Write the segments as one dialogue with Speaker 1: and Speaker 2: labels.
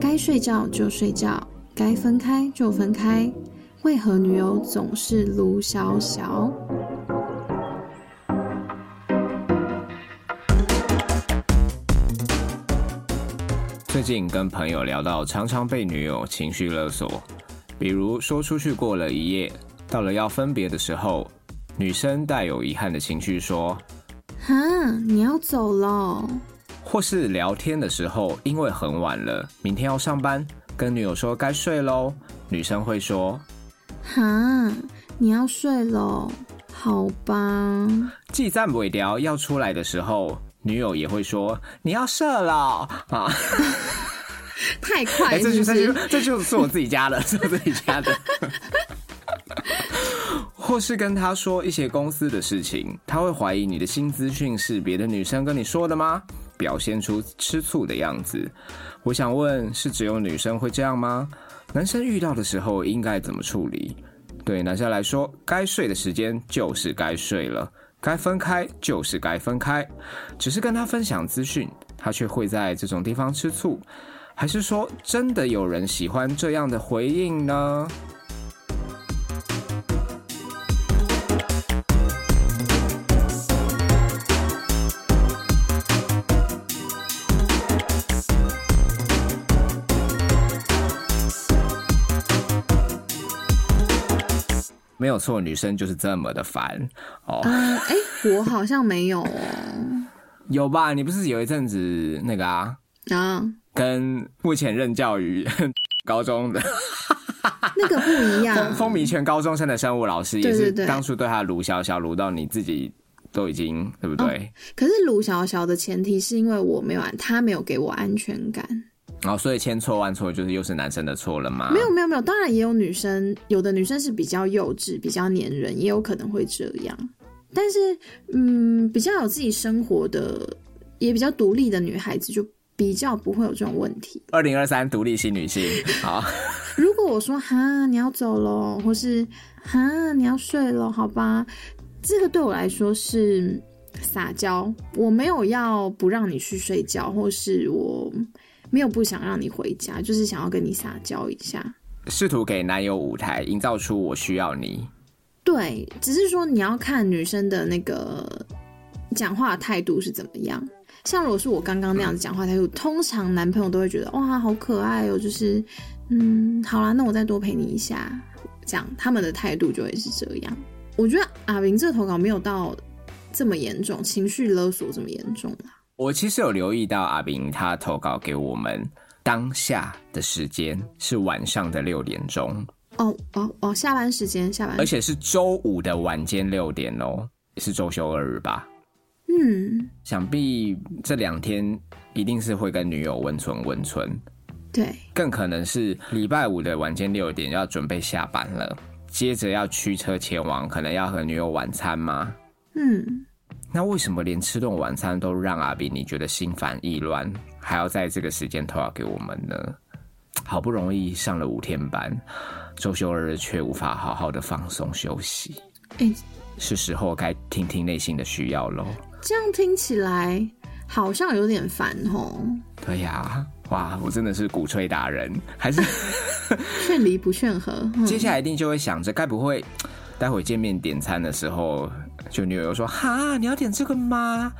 Speaker 1: 该睡觉就睡觉，该分开就分开，为何女友总是卢小小？
Speaker 2: 最近跟朋友聊到，常常被女友情绪勒索，比如说出去过了一夜，到了要分别的时候，女生带有遗憾的情绪说，
Speaker 1: 哈，你要走喽？
Speaker 2: 或是聊天的时候，因为很晚了，明天要上班，跟女友说该睡喽，女生会说，
Speaker 1: 哈，你要睡喽？好吧，
Speaker 2: 既赞尾聊要出来的时候，女友也会说你要射了 啊。
Speaker 1: 太
Speaker 2: 哎、
Speaker 1: 快
Speaker 2: 这
Speaker 1: 是不？
Speaker 2: 就这就是这就是我自己家的，是 我自己家的。或是跟他说一些公司的事情，他会怀疑你的新资讯是别的女生跟你说的吗？表现出吃醋的样子。我想问，是只有女生会这样吗？男生遇到的时候应该怎么处理？对男生来说，该睡的时间就是该睡了，该分开就是该分开。只是跟他分享资讯，他却会在这种地方吃醋，还是说真的有人喜欢这样的回应呢？没有错，女生就是这么的烦哦。
Speaker 1: 嗯，哎、我好像没有哦。
Speaker 2: 有吧？你不是有一阵子那个啊，
Speaker 1: 啊，
Speaker 2: 跟目前任教于 高中的
Speaker 1: 那个不一
Speaker 2: 风
Speaker 1: 样。
Speaker 2: 风靡全高中生的生物老师，
Speaker 1: 嗯对
Speaker 2: 也是
Speaker 1: 对对
Speaker 2: 当初对他卢小小卢到你自己都已经对不对？
Speaker 1: 可是鲁小小的前提是因为我没有安，他没有给我安全感。
Speaker 2: 然后、哦所以千错万错，就是又是男生的错了吗？
Speaker 1: 没有没有没有，当然也有女生，有的女生是比较幼稚、比较粘人，也有可能会这样。但是，嗯，比较有自己生活的，也比较独立的女孩子，就比较不会有这种问题。
Speaker 2: 二零二三独立新女性，好，
Speaker 1: 如果我说哈你要走喽，或是哈你要睡喽，好吧，这个对我来说是撒娇，我没有要不让你去睡觉，或是我没有不想让你回家，就是想要跟你撒娇一下。
Speaker 2: 试图给男友舞台，营造出我需要你。
Speaker 1: 对，只是说你要看女生的那个讲话态度是怎么样。像如果是我刚刚那样子讲话态度，通常男朋友都会觉得哇好可爱哦，就是嗯好啦，那我再多陪你一下，这样他们的态度就会是这样。我觉得阿明这个投稿没有到这么严重，情绪勒索这么严重啦。
Speaker 2: 我其实有留意到阿明他投稿给我们当下的时间是晚上的六点钟，
Speaker 1: 哦哦哦，下班时间，下班
Speaker 2: 而，且是周五的晚间六点哦，是周休二日吧？
Speaker 1: 嗯，
Speaker 2: 想必这两天一定是会跟女友温存温存，
Speaker 1: 对，
Speaker 2: 更可能是礼拜五的晚间六点要准备下班了，接着要驱车前往，可能要和女友晚餐吗？
Speaker 1: 嗯，
Speaker 2: 那为什么连吃顿晚餐都让阿比你觉得心烦意乱，还要在这个时间投稿给我们呢？好不容易上了五天班，周休二日却无法好好的放松休息，
Speaker 1: 哎、
Speaker 2: 是时候该听听内心的需要喽。
Speaker 1: 这样听起来好像有点烦哦，
Speaker 2: 对呀、哇，我真的是鼓吹达人，还是
Speaker 1: 劝离不劝和。嗯
Speaker 2: 接下来一定就会想着，该不会待会见面点餐的时候，就女友又说：“哈，你要点这个吗？
Speaker 1: 哦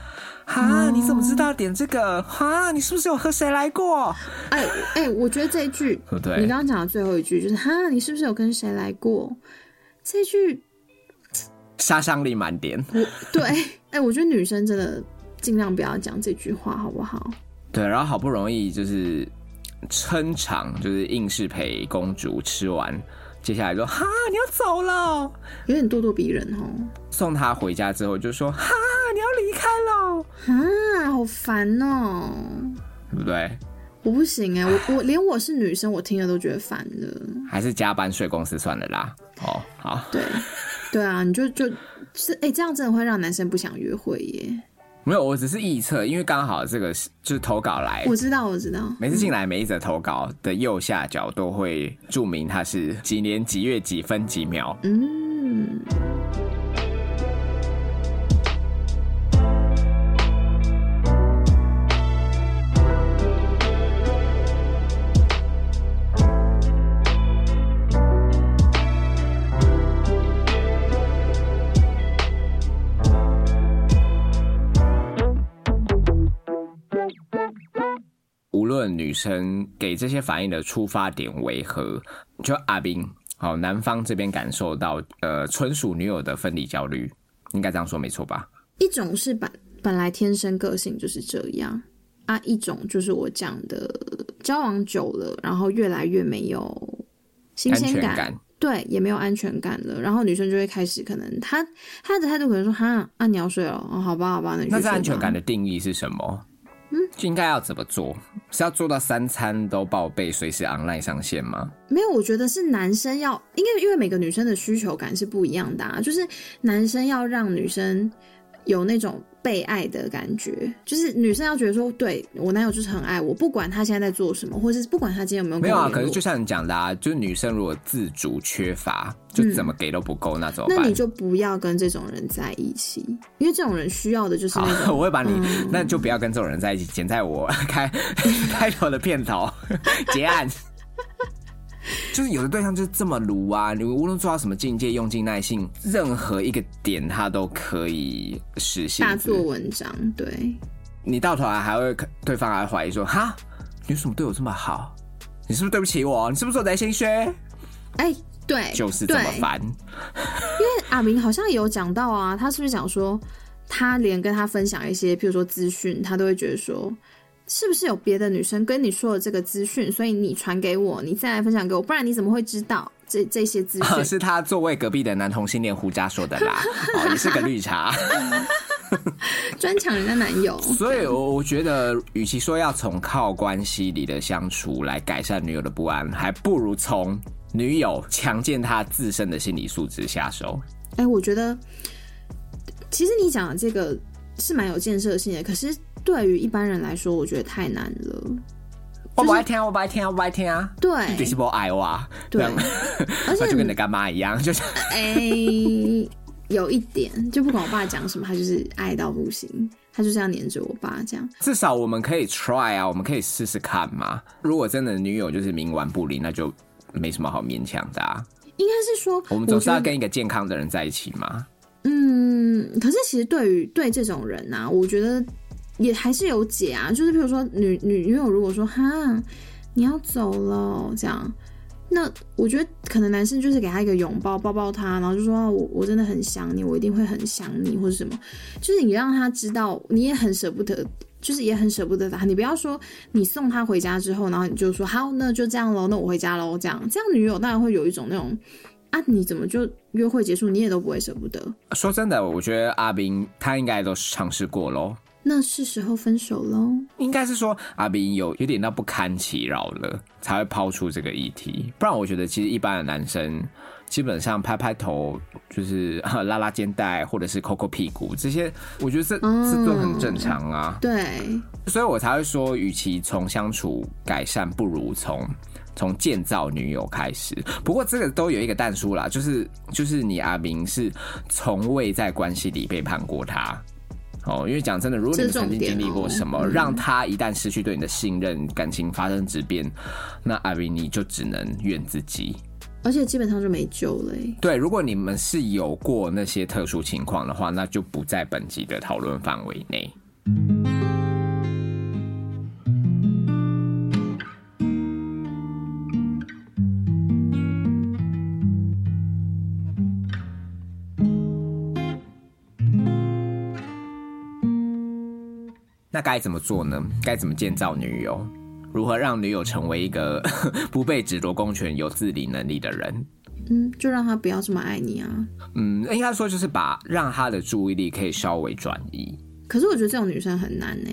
Speaker 2: 哈，你怎么知道点这个？哈，你是不是有和谁来过？
Speaker 1: 哎哎，我觉得这一句，
Speaker 2: 对不
Speaker 1: 你
Speaker 2: 对
Speaker 1: 刚？刚讲的最后一句就是哈，你是不是有跟谁来过？这句
Speaker 2: 杀伤力满点。
Speaker 1: 我 对，哎，我觉得女生真的尽量不要讲这句话，好不好？”
Speaker 2: 对，然后好不容易就是撑场，就是硬是陪公主吃完，接下来说：“哈，你要走了。
Speaker 1: 有点咄咄逼人哦，”
Speaker 2: 送她回家之后就说：“哈，你要离开喽，
Speaker 1: 哈，好烦哦，
Speaker 2: 对不对？”
Speaker 1: 我不行哎，我我连我是女生，我听了都觉得烦的。
Speaker 2: 还是加班睡公司算了啦。哦，好，
Speaker 1: 对，对啊，你就就是哎，这样真的会让男生不想约会耶。
Speaker 2: 没有，我只是臆测，因为刚好这个是就是投稿来，
Speaker 1: 我知道，我知道，
Speaker 2: 每次进来每一则投稿的右下角都会注明它是几年几月几分几秒。
Speaker 1: 嗯，
Speaker 2: 问女生给这些反应的出发点为何？就阿斌，好，男方这边感受到，呃，纯属女友的分离焦虑，应该这样说没错吧？
Speaker 1: 一种是本本来天生个性就是这样啊，一种就是我讲的交往久了，然后越来越没有新
Speaker 2: 安
Speaker 1: 鲜
Speaker 2: 全
Speaker 1: 感，
Speaker 2: 感，
Speaker 1: 对，也没有安全感了。然后女生就会开始可能她她的态度可能说哈啊你要睡了，哦好吧好吧，那你
Speaker 2: 那
Speaker 1: 去
Speaker 2: 这
Speaker 1: 睡
Speaker 2: 安全
Speaker 1: 吧
Speaker 2: 感的定义是什么？嗯，应该要怎么做？是要做到三餐都报备，随时 online 上线吗？
Speaker 1: 没有，我觉得是男生要，因为因为每个女生的需求感是不一样的啊，就是男生要让女生有那种被爱的感觉，就是女生要觉得说，对我男友就是很爱我，不管他现在在做什么，或是不管他今天有没有
Speaker 2: 没
Speaker 1: 跟
Speaker 2: 有
Speaker 1: 我
Speaker 2: 啊，
Speaker 1: 联络
Speaker 2: 可是就像你讲的啊，就是女生如果自主缺乏，就怎么给都不够，嗯那怎么
Speaker 1: 那
Speaker 2: 办
Speaker 1: 你？就不要跟这种人在一起，因为这种人需要的就是
Speaker 2: 好
Speaker 1: 那，种
Speaker 2: 我会把你，那就不要跟这种人在一起，剪在我开 开头的片头结 案。就是有的对象就是这么鲁啊，你无论做到什么境界，用尽耐性，任何一个点他都可以实现。
Speaker 1: 大做文章，对。
Speaker 2: 你到头来还会对方还会怀疑说：“哈，你为什么对我这么好？你是不是对不起我？你是不是做贼心虚？”
Speaker 1: 哎、对，
Speaker 2: 就是这么
Speaker 1: 对
Speaker 2: 烦。
Speaker 1: 阿明好像也有讲到啊，他是不是讲说，他连跟他分享一些，譬如说资讯，他都会觉得说，是不是有别的女生跟你说了这个资讯，所以你传给我，你再来分享给我，不然你怎么会知道这这些资 讯？
Speaker 2: 是他座位隔壁的男同性恋胡渣说 的啦，哦，也是个绿茶。
Speaker 1: 专抢人家男友，
Speaker 2: 所以，我我觉得，与其说要从靠关系里的相处来改善女友的不安，还不如从女友强健她自身的心理素质下手。
Speaker 1: 哎、我觉得其实你讲的这个是蛮有建设性的，可是对于一般人来说，我觉得太难了。
Speaker 2: 我不爱听啊，我不爱听啊，我不爱听啊，
Speaker 1: 对
Speaker 2: 就是不爱我啊。
Speaker 1: 对
Speaker 2: 这样
Speaker 1: 而且
Speaker 2: 那就跟你的干妈一样，就是
Speaker 1: 哎、有一点，就不管我爸讲什么，他就是爱到不行，他就是要黏着我爸这样。
Speaker 2: 至少我们可以 try 啊，我们可以试试看嘛。如果真的女友就是冥顽不灵，那就没什么好勉强的啊。
Speaker 1: 应该是说，
Speaker 2: 我们总是
Speaker 1: 觉
Speaker 2: 要
Speaker 1: 得
Speaker 2: 跟一个健康的人在一起嘛。
Speaker 1: 嗯，可是其实对于对这种人呐、我觉得也还是有解啊。就是比如说女女女友如果说哈你要走了这样，那我觉得可能男生就是给她一个拥抱，抱抱她，然后就说、啊我我真的很想你，我一定会很想你或者什么，就是你让他知道你也很舍不得。就是也很舍不得他，你不要说你送他回家之后，然后你就说好，那就这样喽，那我回家喽，这样这样女友当然会有一种那种啊，你怎么就约会结束你也都不会舍不得，
Speaker 2: 说真的，我觉得阿斌他应该都尝试过喽。
Speaker 1: 那是时候分手喽。
Speaker 2: 应该是说阿斌有有点到不堪其扰了，才会抛出这个议题。不然我觉得其实一般的男生基本上拍拍头，就是啊拉拉肩带或者是抠抠屁股这些，我觉得这
Speaker 1: 嗯
Speaker 2: 这都很正常啊。
Speaker 1: 对，
Speaker 2: 所以我才会说，与其从相处改善，不如从从建造女友开始。不过这个都有一个淡书啦，就是就是你阿明是从未在关系里背叛过他。哦，因为讲真的，如果你
Speaker 1: 这
Speaker 2: 们曾
Speaker 1: 重
Speaker 2: 经
Speaker 1: 点
Speaker 2: 经历过
Speaker 1: 哦
Speaker 2: 什么，
Speaker 1: 嗯
Speaker 2: 让他一旦失去对你的信任，感情发生质变，那阿明你就只能怨自己。
Speaker 1: 而且基本上就没救了、欸。
Speaker 2: 对，如果你们是有过那些特殊情况的话，那就不在本集的讨论范围内。那该怎么做呢？该怎么建造女友？如何让女友成为一个 不被指夺公权、有自理能力的人？
Speaker 1: 嗯，就让他不要这么爱你啊。
Speaker 2: 嗯，应该说就是把让他的注意力可以稍微转移。
Speaker 1: 可是我觉得这种女生很难呢、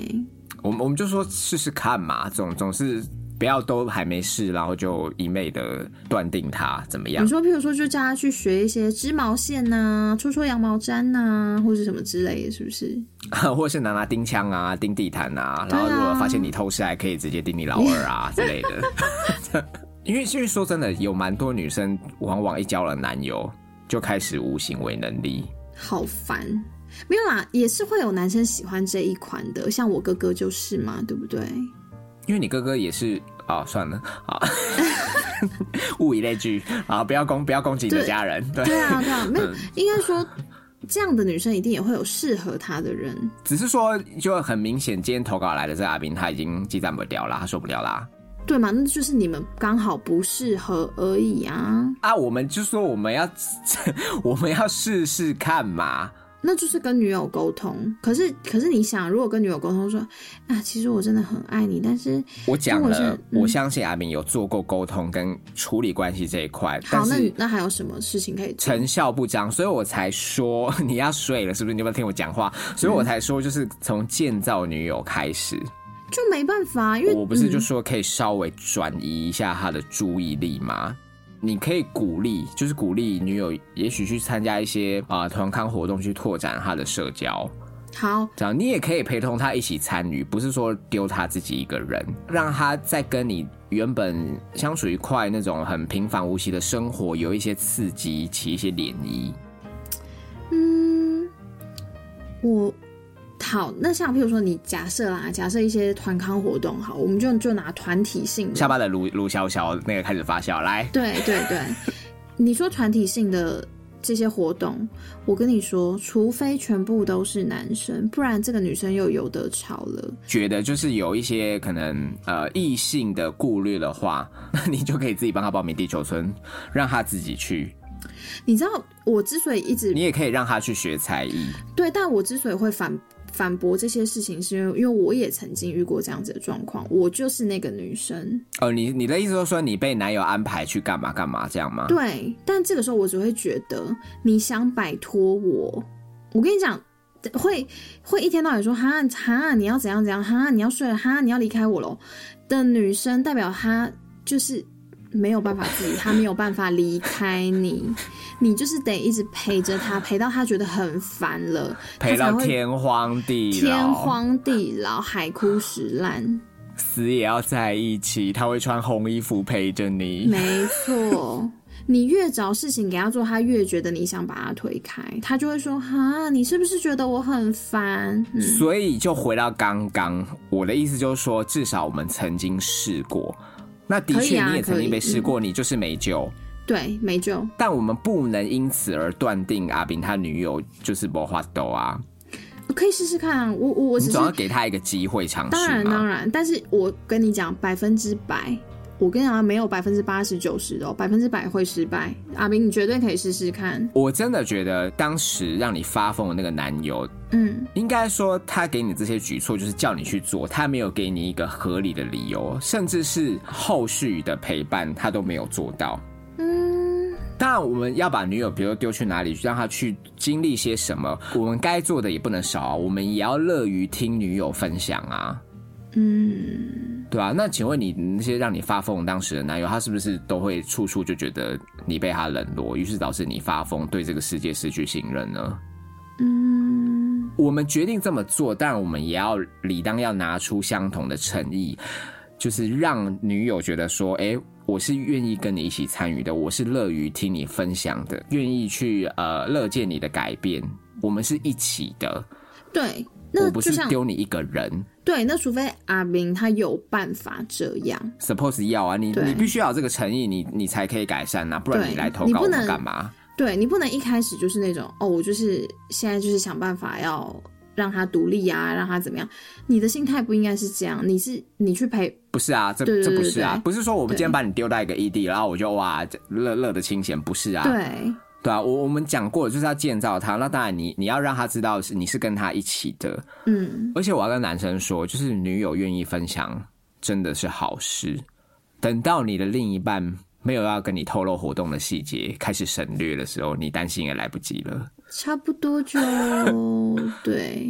Speaker 2: 我们我们就说试试看嘛，总总是不要都还没试，然后就一昧的断定他怎么样
Speaker 1: 你。说，譬如说，就叫她去学一些织毛线呐、搓搓羊毛毡呐、或者什么之类的，是不是？
Speaker 2: 或者是拿拿钉枪啊、钉地毯啊，然后如果发现你偷吃，还可以直接钉你老二 啊之类的。因为因为说真的，有蛮多女生往往一交了男友就开始无行为能力。
Speaker 1: 好烦。没有啦，也是会有男生喜欢这一款的，像我哥哥就是嘛，对不对？
Speaker 2: 因为你哥哥也是啊、算了啊， 物以类聚啊，不要攻不要攻击你的
Speaker 1: 对
Speaker 2: 家人。对，啊
Speaker 1: 对啊，对啊，没有，应该说这样的女生一定也会有适合她的人。
Speaker 2: 只是说就很明显，今天投稿来的这个阿斌他已经积攒不了啦，他受不了啦。
Speaker 1: 对嘛？那就是你们刚好不适合而已啊，
Speaker 2: 啊，我们就说我们要 我们要试试看嘛。
Speaker 1: 那就是跟女友沟通。可是，可是你想，如果跟女友沟通说啊，其实我真的很爱你，但是
Speaker 2: 我讲
Speaker 1: 因为我觉
Speaker 2: 了
Speaker 1: 得，嗯
Speaker 2: 我相信阿明有做过沟通跟处理关系这一块，但
Speaker 1: 好，那
Speaker 2: 是
Speaker 1: 你那还有什么事情可以做？
Speaker 2: 成效不彰，所以我才说 你要睡了，是不是？你有没有听我讲话？所以我才说，就是从建造女友开始，
Speaker 1: 就没办法，因为
Speaker 2: 我不是就
Speaker 1: 嗯
Speaker 2: 说可以稍微转移一下她的注意力吗？你可以鼓励，就是鼓励女友，也许去参加一些啊、呃团康活动，去拓展她的社交。
Speaker 1: 好，
Speaker 2: 这样你也可以陪同他一起参与，不是说丢他自己一个人，让他在跟你原本相处一块那种很平凡无奇的生活有一些刺激，起一些涟漪。
Speaker 1: 嗯，我好，那像譬如说，你假设啦，假设一些团康活动，好，我们就就拿团体性
Speaker 2: 下
Speaker 1: 的，
Speaker 2: 巴的卢卢小小那个开始发酵，来，
Speaker 1: 对对对，你说团体性的这些活动，我跟你说，除非全部都是男生，不然这个女生又有得吵了。
Speaker 2: 觉得就是有一些可能呃异性的顾虑的话， 那你就可以自己帮他报名地球村，让他自己去。
Speaker 1: 你知道，我之所以一直
Speaker 2: 你也可以让他去学才艺，
Speaker 1: 对，但我之所以会反反驳这些事情，是因为因为我也曾经遇过这样子的状况，我就是那个女生。
Speaker 2: 哦，你你的意思就是说你被男友安排去干嘛干嘛这样吗？
Speaker 1: 对，但这个时候我只会觉得你想摆脱我，我跟你讲，会会一天到晚说哈哈你要怎样怎样哈你要睡了哈你要离开我喽的女生，代表她就是没有办法自己，她没有办法离开你，你就是得一直陪着她，陪到她觉得很烦了，她才
Speaker 2: 陪到
Speaker 1: 会
Speaker 2: 天荒地老，
Speaker 1: 天荒地老，海枯石烂。
Speaker 2: 死也要在一起，他会穿红衣服陪着你。
Speaker 1: 没错，你越找事情给他做，他越觉得你想把他推开，他就会说：“哈，你是不是觉得我很烦？”嗯，
Speaker 2: 所以就回到刚刚，我的意思就是说，至少我们曾经试过。那的
Speaker 1: 可以
Speaker 2: 确，
Speaker 1: 啊
Speaker 2: 你也曾
Speaker 1: 可以
Speaker 2: 经被试过，你就是没救。
Speaker 1: 对，没救。
Speaker 2: 但我们不能因此而断定阿炳他女友就是不花豆啊，
Speaker 1: 可以试试看啊，我我我
Speaker 2: 你
Speaker 1: 只是
Speaker 2: 总要给他一个机会尝
Speaker 1: 当
Speaker 2: 试
Speaker 1: 然当
Speaker 2: 嘛。
Speaker 1: 然，但是我跟你讲，百分之百。我跟你讲，没有百分之八十九十的、哦，百分之百会失败。阿明，你绝对可以试试看。
Speaker 2: 我真的觉得当时让你发疯的那个男友，
Speaker 1: 嗯，
Speaker 2: 应该说他给你这些举措就是叫你去做，他没有给你一个合理的理由，甚至是后续的陪伴他都没有做到。
Speaker 1: 嗯，
Speaker 2: 当然，我们要把女友，比如丢去哪里，让她去经历些什么，我们该做的也不能少啊，我们也要乐于听女友分享啊，
Speaker 1: 嗯，
Speaker 2: 对啊，那请问你那些让你发疯当时的男友，他是不是都会处处就觉得你被他冷落，于是导致你发疯，对这个世界失去信任呢？
Speaker 1: 嗯，
Speaker 2: 我们决定这么做，当然我们也要理当要拿出相同的诚意，就是让女友觉得说，诶，我是愿意跟你一起参与的，我是乐于听你分享的，愿意去呃乐见你的改变，我们是一起的，
Speaker 1: 对。
Speaker 2: 我
Speaker 1: 那
Speaker 2: 不
Speaker 1: 就是像
Speaker 2: 丢你一个人。
Speaker 1: 对，那除非阿明他有办法这样，
Speaker 2: Suppose 要啊，你
Speaker 1: 对
Speaker 2: 你必须要有这个诚意，你你才可以改善呐、啊不然
Speaker 1: 对
Speaker 2: 你来投
Speaker 1: 你
Speaker 2: 稿
Speaker 1: 不
Speaker 2: 我们
Speaker 1: 能
Speaker 2: 干嘛？
Speaker 1: 对你不能一开始就是那种哦，我就是现在就是想办法要让他独立啊，让他怎么样？你的心态不应该是这样，你是你去陪，
Speaker 2: 不是啊，这
Speaker 1: 对对
Speaker 2: 这不
Speaker 1: 对
Speaker 2: 是啊
Speaker 1: 对，
Speaker 2: 不是说我们
Speaker 1: 对
Speaker 2: 今天把你丢到一个异地，然后我就哇这乐乐的清闲，不是啊，
Speaker 1: 对
Speaker 2: 对啊，我我们讲过了，就是要建造他。那当然你，你要让他知道是你是跟他一起的。
Speaker 1: 嗯，
Speaker 2: 而且我要跟男生说，就是女友愿意分享真的是好事。等到你的另一半没有要跟你透露活动的细节，开始省略的时候，你担心也来不及了。
Speaker 1: 差不多就对，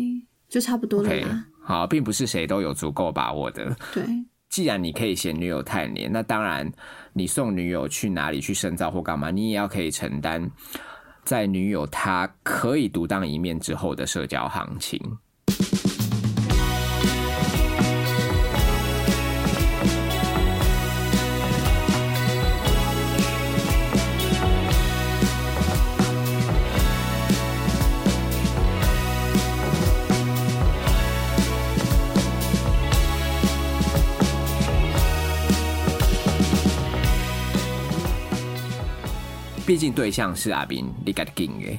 Speaker 1: 就差不啊多了
Speaker 2: OK，
Speaker 1: 啦。
Speaker 2: 好，并不是谁都有足够把握的。
Speaker 1: 对，
Speaker 2: 既然你可以嫌女友太黏，那当然你送女友去哪里去深造或干嘛，你也要可以承担在女友她可以独当一面之后的社交行情。毕竟对象是阿斌，你 get 劲诶。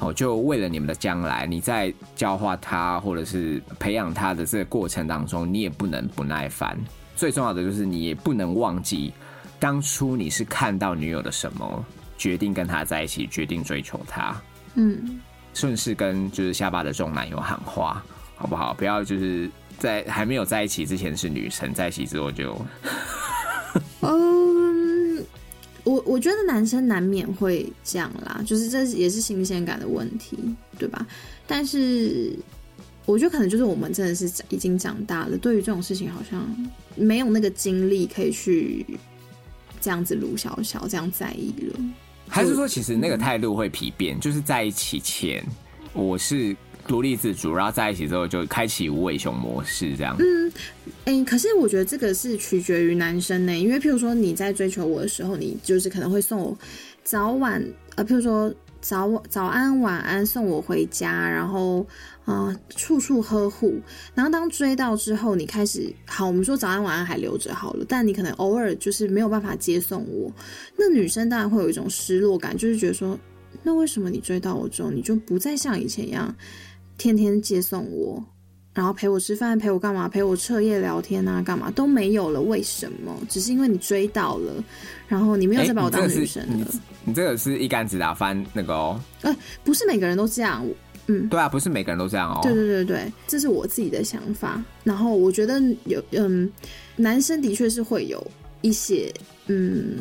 Speaker 2: 哦，就为了你们的将来，你在教化他或者是培养他的这个过程当中，你也不能不耐烦。最重要的就是你也不能忘记，当初你是看到女友的什么，决定跟他在一起，决定追求他。
Speaker 1: 嗯，
Speaker 2: 顺势跟就是下巴的重男友喊话，好不好？不要就是在还没有在一起之前是女神，在一起之后就
Speaker 1: 嗯，我我觉得男生难免会这样啦，就是这也是新鲜感的问题，对吧？但是我觉得可能就是我们真的是已经长大了，对于这种事情好像没有那个精力可以去这样子鲁小小这样在意了。
Speaker 2: 还是说，其实那个态度会疲变，就是在一起前我是独立自主，然后在一起之后就开启无尾熊模式这样。
Speaker 1: 哎、可是我觉得这个是取决于男生呢、因为譬如说你在追求我的时候，你就是可能会送我早晚呃，譬如说早早安晚安送我回家，然后啊、呃处处呵护。然后当追到之后，你开始好，我们说早安晚安还留着好了，但你可能偶尔就是没有办法接送我，那女生当然会有一种失落感，就是觉得说，那为什么你追到我之后，你就不再像以前一样天天接送我？然后陪我吃饭，陪我干嘛？陪我彻夜聊天啊，干嘛都没有了？为什么？只是因为你追到了，然后你没有
Speaker 2: 哎
Speaker 1: 再把我当
Speaker 2: 你这
Speaker 1: 女
Speaker 2: 个
Speaker 1: 生
Speaker 2: 是
Speaker 1: 了。
Speaker 2: 你你这个是一竿子打翻那个哦，
Speaker 1: 不是每个人都这样，
Speaker 2: 对啊，不是每个人都这样哦。
Speaker 1: 对对对对，这是我自己的想法。然后我觉得有嗯，男生的确是会有一些嗯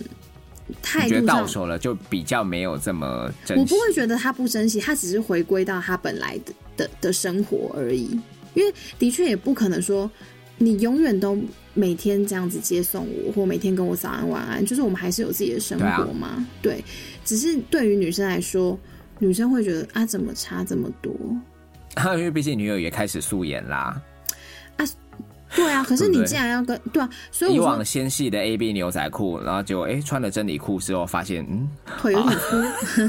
Speaker 1: 态
Speaker 2: 你觉
Speaker 1: 度
Speaker 2: 得到
Speaker 1: 上，
Speaker 2: 手了就比较没有这么
Speaker 1: 我
Speaker 2: 珍惜
Speaker 1: 不。会觉得他不珍惜，他只是回归到他本来的的的生活而已。因为的确也不可能说你永远都每天这样子接送我，或每天跟我早安晚安，就是我们还是有自己的生活嘛。对，只是对于女生来说，女生会觉得啊，怎么差这么多？
Speaker 2: 因为毕竟女友也开始素颜啦，
Speaker 1: 对啊，可是
Speaker 2: 对
Speaker 1: 你
Speaker 2: 不对
Speaker 1: 既然要跟对啊，所以
Speaker 2: 以
Speaker 1: 我说
Speaker 2: 往纤细的 A B 牛仔裤，然后结果哎、穿了真理裤之后发现，嗯，
Speaker 1: 腿有点粗。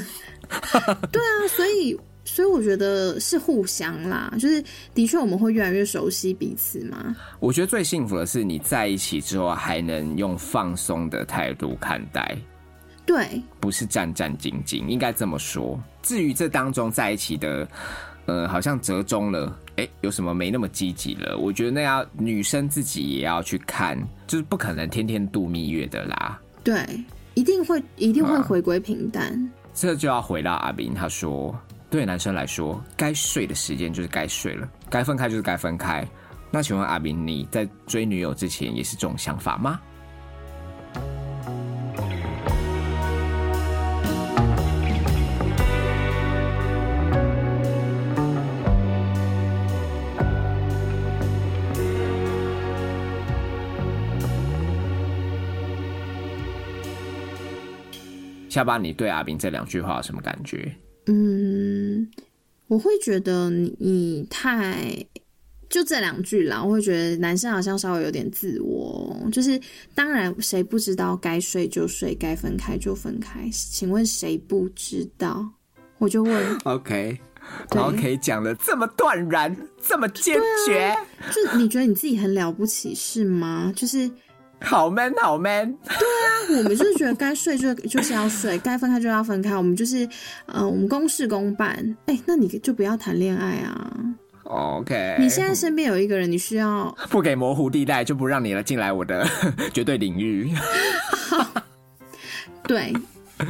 Speaker 1: 对啊，所以所以我觉得是互相啦，就是的确我们会越来越熟悉彼此嘛。
Speaker 2: 我觉得最幸福的是你在一起之后还能用放松的态度看待。
Speaker 1: 对，
Speaker 2: 不是战战兢兢，应该这么说。至于这当中在一起的，呃，好像折中了，哎、有什么没那么积极了？我觉得那要女生自己也要去看，就是不可能天天度蜜月的啦。
Speaker 1: 对，一定会一定会
Speaker 2: 啊
Speaker 1: 回归平淡。
Speaker 2: 这就要回到阿明，他说，对男生来说，该睡的时间就是该睡了，该分开就是该分开。那请问阿明，你在追女友之前也是这种想法吗？下巴，你对阿明这两句话有什么感觉？
Speaker 1: 嗯，我会觉得你你太。就这两句啦，我会觉得男生好像稍微有点自我，就是当然谁不知道该睡就睡，该分开就分开。请问谁不知道？我就问，
Speaker 2: OK，
Speaker 1: 对
Speaker 2: 然后可以讲的这么断然，这么坚决，
Speaker 1: 啊就你觉得你自己很了不起是吗？就是
Speaker 2: 好 man，好 man。
Speaker 1: 我们就是觉得该睡就就是要睡，该分开就要分开，我们就是呃，我们公事公办。哎、那你就不要谈恋爱啊！
Speaker 2: OK，
Speaker 1: 你现在身边有一个人，你需要
Speaker 2: 不给模糊地带，就不让你来进来我的 绝对领域。
Speaker 1: 对。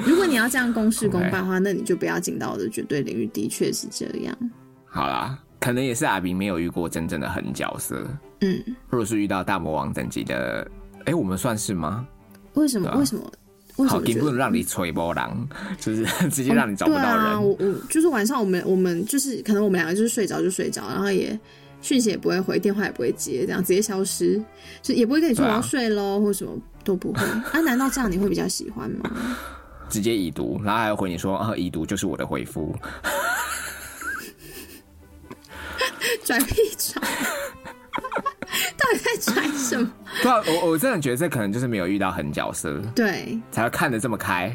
Speaker 1: 如果你要这样公事公办的话，那你就不要进到我的绝对领域。的确是这样，
Speaker 2: 好啦，可能也是阿明没有遇过真正的狠角色。
Speaker 1: 嗯，
Speaker 2: 如果是遇到大魔王等级的，哎、我们算是吗？
Speaker 1: 为什么？
Speaker 2: 对啊
Speaker 1: 为什么？为什
Speaker 2: 好，
Speaker 1: 么觉
Speaker 2: 顶
Speaker 1: 得？
Speaker 2: 不能让你吹波浪，就是 直接让你找不到
Speaker 1: 对啊，
Speaker 2: 人。
Speaker 1: 我我就是晚上我们我们就是可能我们两个就是睡着就睡着，然后也讯息也不会回，电话也不会接，这样直接消失，就也不会跟你说我
Speaker 2: 对啊
Speaker 1: 要睡喽、或什么都不会。啊，难道这样你会比较喜欢 吗？
Speaker 2: 直接已读，然后还回你说啊，已读就是我的回复。
Speaker 1: 拽屁拽， 到底在拽什么？
Speaker 2: 对啊，我我真的觉得这可能就是没有遇到狠角色，
Speaker 1: 对
Speaker 2: 才会看得这么开。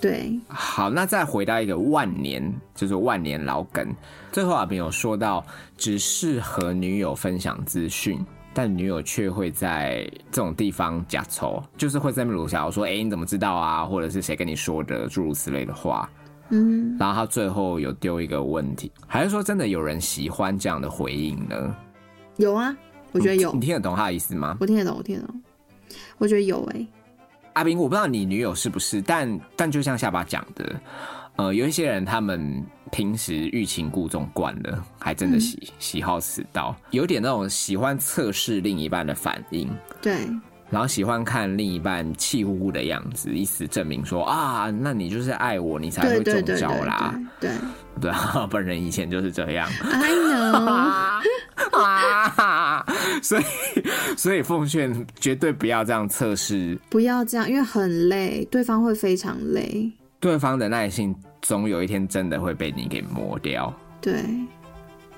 Speaker 1: 对，
Speaker 2: 好，那再回到一个万年，就是万年老梗。最后啊，没有说到，只是和女友分享资讯，但女友却会在这种地方假愁，就是会在那边鲁小说，哎、你怎么知道啊？或者是谁跟你说的，诸如此类的话。
Speaker 1: 嗯，
Speaker 2: 然后他最后有丢一个问题，还是说真的有人喜欢这样的回应呢？
Speaker 1: 有啊，我觉得有
Speaker 2: 你，听得懂他的意思吗？
Speaker 1: 我听得懂，我听得懂，我觉得有哎、
Speaker 2: 阿斌，我不知道你女友是不是，但但就像下巴讲的，呃，有一些人他们平时欲擒故纵惯了，还真
Speaker 1: 嗯
Speaker 2: 的喜、喜好此道，有点那种喜欢测试另一半的反应，
Speaker 1: 对，
Speaker 2: 然后喜欢看另一半气呼呼的样子，以此证明说啊，那你就是爱我，你才
Speaker 1: 对
Speaker 2: 会
Speaker 1: 对
Speaker 2: 中
Speaker 1: 对对
Speaker 2: 招啦。
Speaker 1: 对对
Speaker 2: 对啊，本人以前就是这样
Speaker 1: ，I know，
Speaker 2: 啊啊，所以所以奉劝绝对不要这样测试
Speaker 1: 不要这样，因为很累，对方会非常累。
Speaker 2: 对方的耐性，总有一天真的会被你给磨掉，
Speaker 1: 对，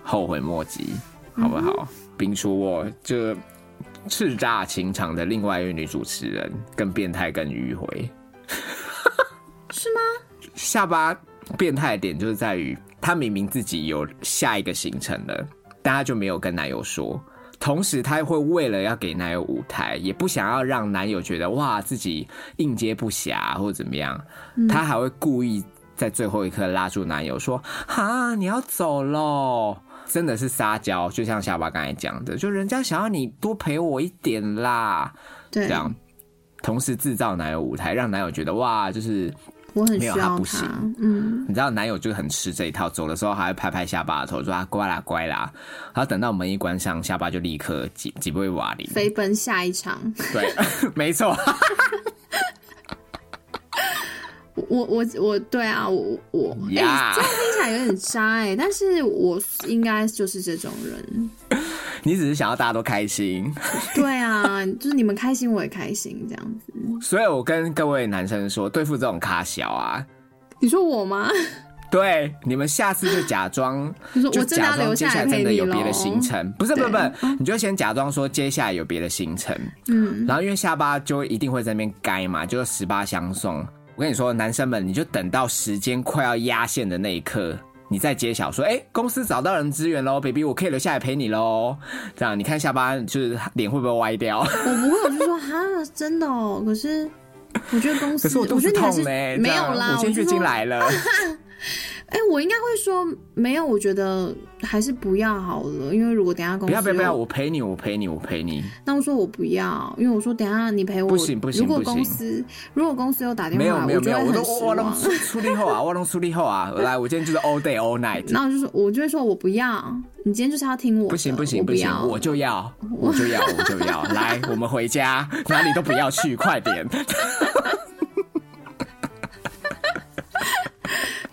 Speaker 2: 后悔莫及，好不
Speaker 1: 嗯
Speaker 2: 好？冰叔我这叱咤情场的另外一位女主持人，更变态，更迂回，
Speaker 1: 是吗？
Speaker 2: 下巴变态的点就是在于，她明明自己有下一个行程了，但她就没有跟男友说。同时，她会为了要给男友舞台，也不想要让男友觉得哇自己应接不暇或者怎么样，她还会故意在最后一刻拉住男友说：“哈，你要走喽。”真的是撒娇，就像下巴刚才讲的，就人家想要你多陪我一点啦，
Speaker 1: 对
Speaker 2: 这，样，同时制造男友舞台，让男友觉得哇，就是
Speaker 1: 我很
Speaker 2: 没
Speaker 1: 需
Speaker 2: 有
Speaker 1: 要
Speaker 2: 他不行
Speaker 1: 嗯，
Speaker 2: 你知道男友就很吃这一套，走的时候还会拍拍下巴的头，说啊乖啦乖啦。然后等到门一关上，下巴就立刻挤挤不会瓦林。
Speaker 1: 飞奔下一场。
Speaker 2: 对， 没错，
Speaker 1: 我我我对啊，我我哎、
Speaker 2: 呀
Speaker 1: 这样听起来有点渣哎、但是我应该就是这种人。
Speaker 2: 你只是想要大家都开心。
Speaker 1: 对啊，就是你们开心我也开心这样子。
Speaker 2: 所以我跟各位男生说，对付这种咖小啊，
Speaker 1: 你说我吗？，
Speaker 2: 对你们下次就假装
Speaker 1: 你说
Speaker 2: 就
Speaker 1: 我真的要
Speaker 2: 假装
Speaker 1: 留
Speaker 2: 接
Speaker 1: 下
Speaker 2: 下
Speaker 1: 来
Speaker 2: 来
Speaker 1: 陪
Speaker 2: 真的
Speaker 1: 你
Speaker 2: 有别
Speaker 1: 咯
Speaker 2: 的行程，不是不是不
Speaker 1: 对
Speaker 2: 是，你就先假装说接下来有别的行程，
Speaker 1: 嗯，
Speaker 2: 然后因为下巴就一定会在那边该嘛，就是十八相送。我跟你说，男生们，你就等到时间快要压线的那一刻，你再揭晓说，哎、公司找到人支援喽，baby，我可以留下来陪你喽。这样，你看下巴就是脸会不会歪掉？
Speaker 1: 我不会，我就说哈，真的哦。可是我觉得公司，
Speaker 2: 可是我
Speaker 1: 我
Speaker 2: 肚
Speaker 1: 觉得
Speaker 2: 子
Speaker 1: 你还
Speaker 2: 痛
Speaker 1: 是
Speaker 2: 呢、
Speaker 1: 没
Speaker 2: 这
Speaker 1: 有
Speaker 2: 样
Speaker 1: 啦。
Speaker 2: 我今天
Speaker 1: 就
Speaker 2: 月经
Speaker 1: 说，
Speaker 2: 来了。
Speaker 1: 哎、我应该会说没有。我觉得还是不要好了，因为如果等一下公
Speaker 2: 不
Speaker 1: 司
Speaker 2: 要不要不要，
Speaker 1: 又
Speaker 2: 我陪你，我陪你，我陪你。
Speaker 1: 那我说我不要，因为我说等一下你陪我。
Speaker 2: 不行不行
Speaker 1: 如果
Speaker 2: 不行
Speaker 1: 公司如果公司又打电
Speaker 2: 没有
Speaker 1: 话来，
Speaker 2: 没有没
Speaker 1: 就
Speaker 2: 有，我
Speaker 1: 会
Speaker 2: 都
Speaker 1: 很失
Speaker 2: 我我弄
Speaker 1: 望。
Speaker 2: 出出力后 啊，我弄出力后啊。来，我今天就是 all day all night。
Speaker 1: 然后我就说，我就会说我不要，你今天就是要听我的。
Speaker 2: 不行不
Speaker 1: 我
Speaker 2: 行
Speaker 1: 不
Speaker 2: 不行，
Speaker 1: 要
Speaker 2: 我就要我就要我就 要，来，我们回家，哪里都不要去，快点！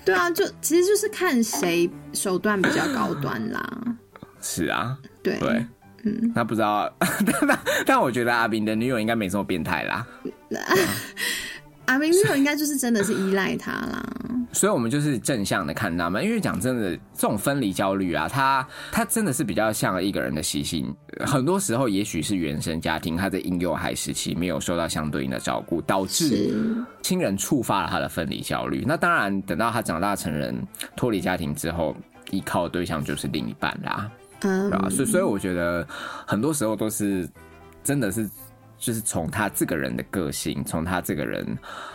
Speaker 1: 对啊，就其实就是看谁手段比较高端 啦。
Speaker 2: 是啊，
Speaker 1: 对
Speaker 2: 对，嗯，那不知道， 但但但我觉得阿斌的女友应该没这么变态啦，
Speaker 1: 阿明女友应该就是真的是依赖他啦。
Speaker 2: 所以我们就是正向的看他们，因为讲真的，这种分离焦虑啊，他他真的是比较像一个人的习性，很多时候也许是原生家庭他在婴幼孩时期没有受到相对应的照顾，导致
Speaker 1: 是，嗯
Speaker 2: 亲人触发了他的分离焦虑。那当然，等到他长大成人，脱离家庭之后，依靠的对象就是另一半啦，
Speaker 1: 嗯
Speaker 2: 对，吧、所以，所以我觉得很多时候都是真的是。就是从他这个人的个性，从他这个人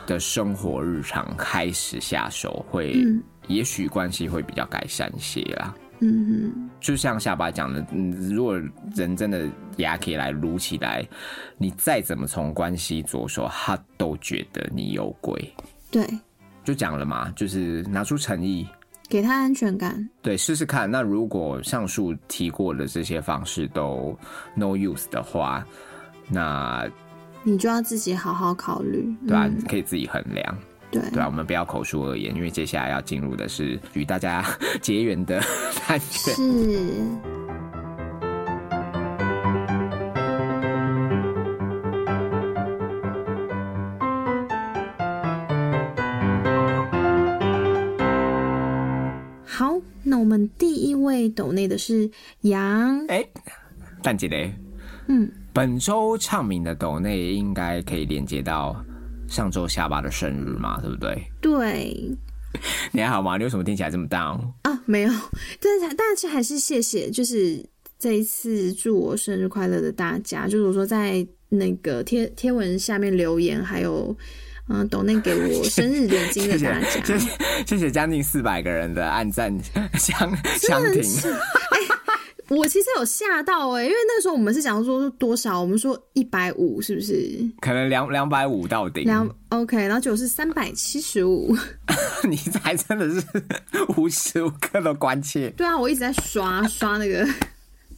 Speaker 2: 的生活日常开始下手，会、
Speaker 1: 嗯
Speaker 2: 也许关系会比较改善一些啦。
Speaker 1: 嗯嗯，
Speaker 2: 就像下巴讲的，嗯，如果人真的牙起来撸起来，你再怎么从关系着手，他都觉得你有鬼。
Speaker 1: 对，
Speaker 2: 就讲了嘛，就是拿出诚意，
Speaker 1: 给他安全感。
Speaker 2: 对，试试看。那如果上述提过的这些方式都 no use 的话，那
Speaker 1: 你就要自己好好考虑，
Speaker 2: 对吧、
Speaker 1: 嗯
Speaker 2: 你可以自己衡量，
Speaker 1: 对啊
Speaker 2: 对吧、我们不要口出恶言，因为接下来要进入的是与大家 结缘的 单元。
Speaker 1: 是，好，那我们第一位抖内的是杨，
Speaker 2: 哎、蛋姐嘞，
Speaker 1: 嗯，
Speaker 2: 本周唱名的抖内应该可以连接到上周下巴的生日嘛，对不对？
Speaker 1: 对
Speaker 2: 你还好吗？你为什么听起来这么 down？
Speaker 1: 啊，没有， 但是但是还是谢谢，就是这一次祝我生日快乐的大家，就是我说在那个贴贴文下面留言，还有嗯，抖内给 我生日礼金的
Speaker 2: 谢
Speaker 1: 大
Speaker 2: 谢
Speaker 1: 家。
Speaker 2: 谢谢谢谢将近四百个人的按赞 相相挺，
Speaker 1: 我其实有吓到哎、因为那个时候我们是讲说多少，我们说一百五是不是？
Speaker 2: 可能两两百五到顶，
Speaker 1: 两 OK，然后结果是三百七十五。
Speaker 2: 你才真的是 无时无刻的关切，
Speaker 1: 对啊，我一直在刷刷那个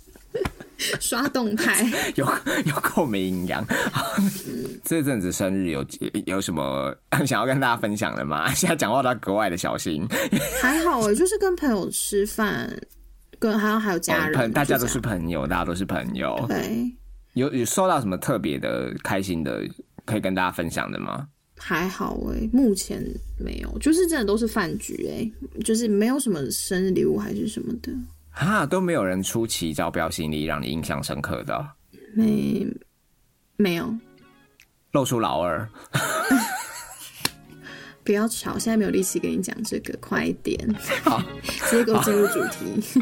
Speaker 1: 刷动 态。
Speaker 2: 有有够没营养。 这阵子生日有有什么 想要跟大家分享的吗？ 现在讲话都要格外的小心，
Speaker 1: 还好哎、就是跟朋友吃饭，跟还有还有家
Speaker 2: 哦
Speaker 1: 人，
Speaker 2: 朋大家
Speaker 1: 就
Speaker 2: 都是
Speaker 1: 这样
Speaker 2: 朋友，大家都是朋友。
Speaker 1: 对，
Speaker 2: 有有收到什么特别的开心的可以跟大家分享的吗？
Speaker 1: 还好哎、目前没有，就是真的都是饭局哎、就是没有什么生日礼物还是什么的，
Speaker 2: 啊，都没有人出奇招标新力让你印象深刻的哦、
Speaker 1: 没没有，
Speaker 2: 露出老二。
Speaker 1: 不要吵，现在没有力气跟你讲这个，快一点，
Speaker 2: 好，
Speaker 1: 直接给我进入主题。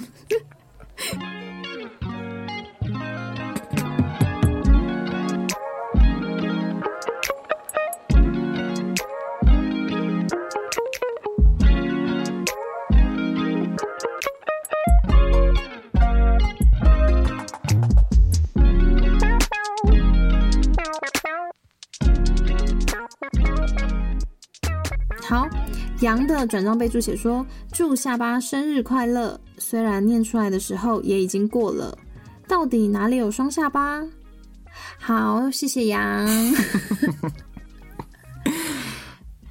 Speaker 1: 好，羊的转账备注写说：“祝下巴生日快乐。”虽然念出来的时候也已经过了，到底哪里有双下巴？好，谢谢羊。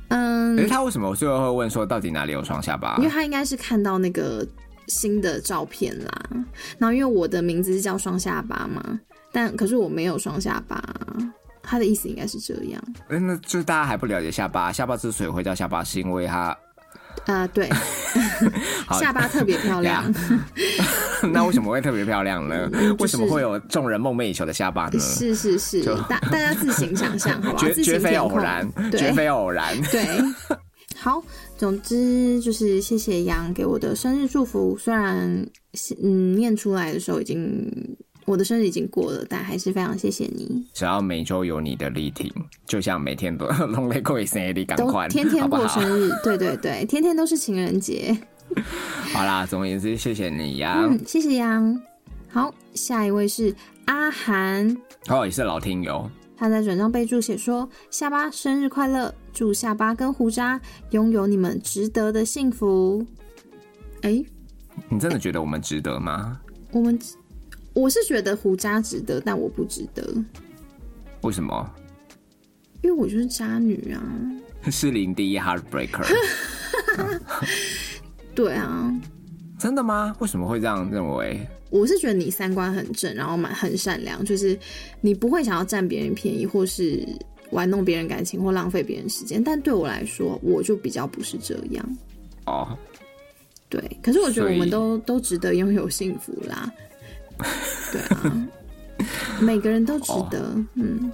Speaker 1: 嗯
Speaker 2: 可，是他为什么最后会问说到底哪里有双下巴
Speaker 1: 因？为他应该是看到那个新的照片啦。然后因为我的名字是叫双下巴嘛，但可是我没有双下巴，他的意思应该是这样。
Speaker 2: 诶哎那就是大家还不了解下巴，下巴之所以会叫下巴，是因为它
Speaker 1: 啊、对， 下巴特别漂亮，
Speaker 2: 那为什么会特别漂亮呢？
Speaker 1: 嗯就是
Speaker 2: 为什么会有众人梦寐以求的下巴呢？
Speaker 1: 是是是，大大家自行想 象，好吧？
Speaker 2: 嗯绝
Speaker 1: 自
Speaker 2: 绝
Speaker 1: 行
Speaker 2: 非
Speaker 1: 填
Speaker 2: 偶
Speaker 1: 空
Speaker 2: 然，绝
Speaker 1: 对
Speaker 2: 非偶然。
Speaker 1: 对。好，总之就是谢谢杨给我的生日祝福，虽然嗯念出来的时候已经我的生日已经过了，但还是非常谢谢你。
Speaker 2: 只要每周有你的力挺，就像每天都 弄累过一生日，赶
Speaker 1: 都
Speaker 2: 快，
Speaker 1: 天天
Speaker 2: 好不
Speaker 1: 过
Speaker 2: 好
Speaker 1: 生？日， 对对对，天天都是情人节。
Speaker 2: 好啦，总而言之，谢谢你呀、
Speaker 1: 嗯，谢谢杨。好，下一位是阿涵，
Speaker 2: 哦，也是老听友，
Speaker 1: 他在转账备注写说：“下巴生日快乐，祝下巴跟胡渣拥有你们值得的幸福。”哎，
Speaker 2: 你真的觉得我们值得吗？
Speaker 1: 我们我是觉得胡渣值得，但我不值得，
Speaker 2: 为什么？
Speaker 1: 因为我就是渣女啊。
Speaker 2: 是零第 一 heartbreaker，
Speaker 1: 对啊，
Speaker 2: 真的吗？为什么会这样认为？
Speaker 1: 我是觉得你三观很正，然后蛮很善良，就是你不会想要占别人便宜，或是玩弄别人感情，或浪费别人时间。但对我来说，我就比较不是这样。
Speaker 2: 哦，
Speaker 1: 对，可是我觉得
Speaker 2: 所以
Speaker 1: 我们都都值得拥有幸福 啦。对啊，每个人都值得。嗯，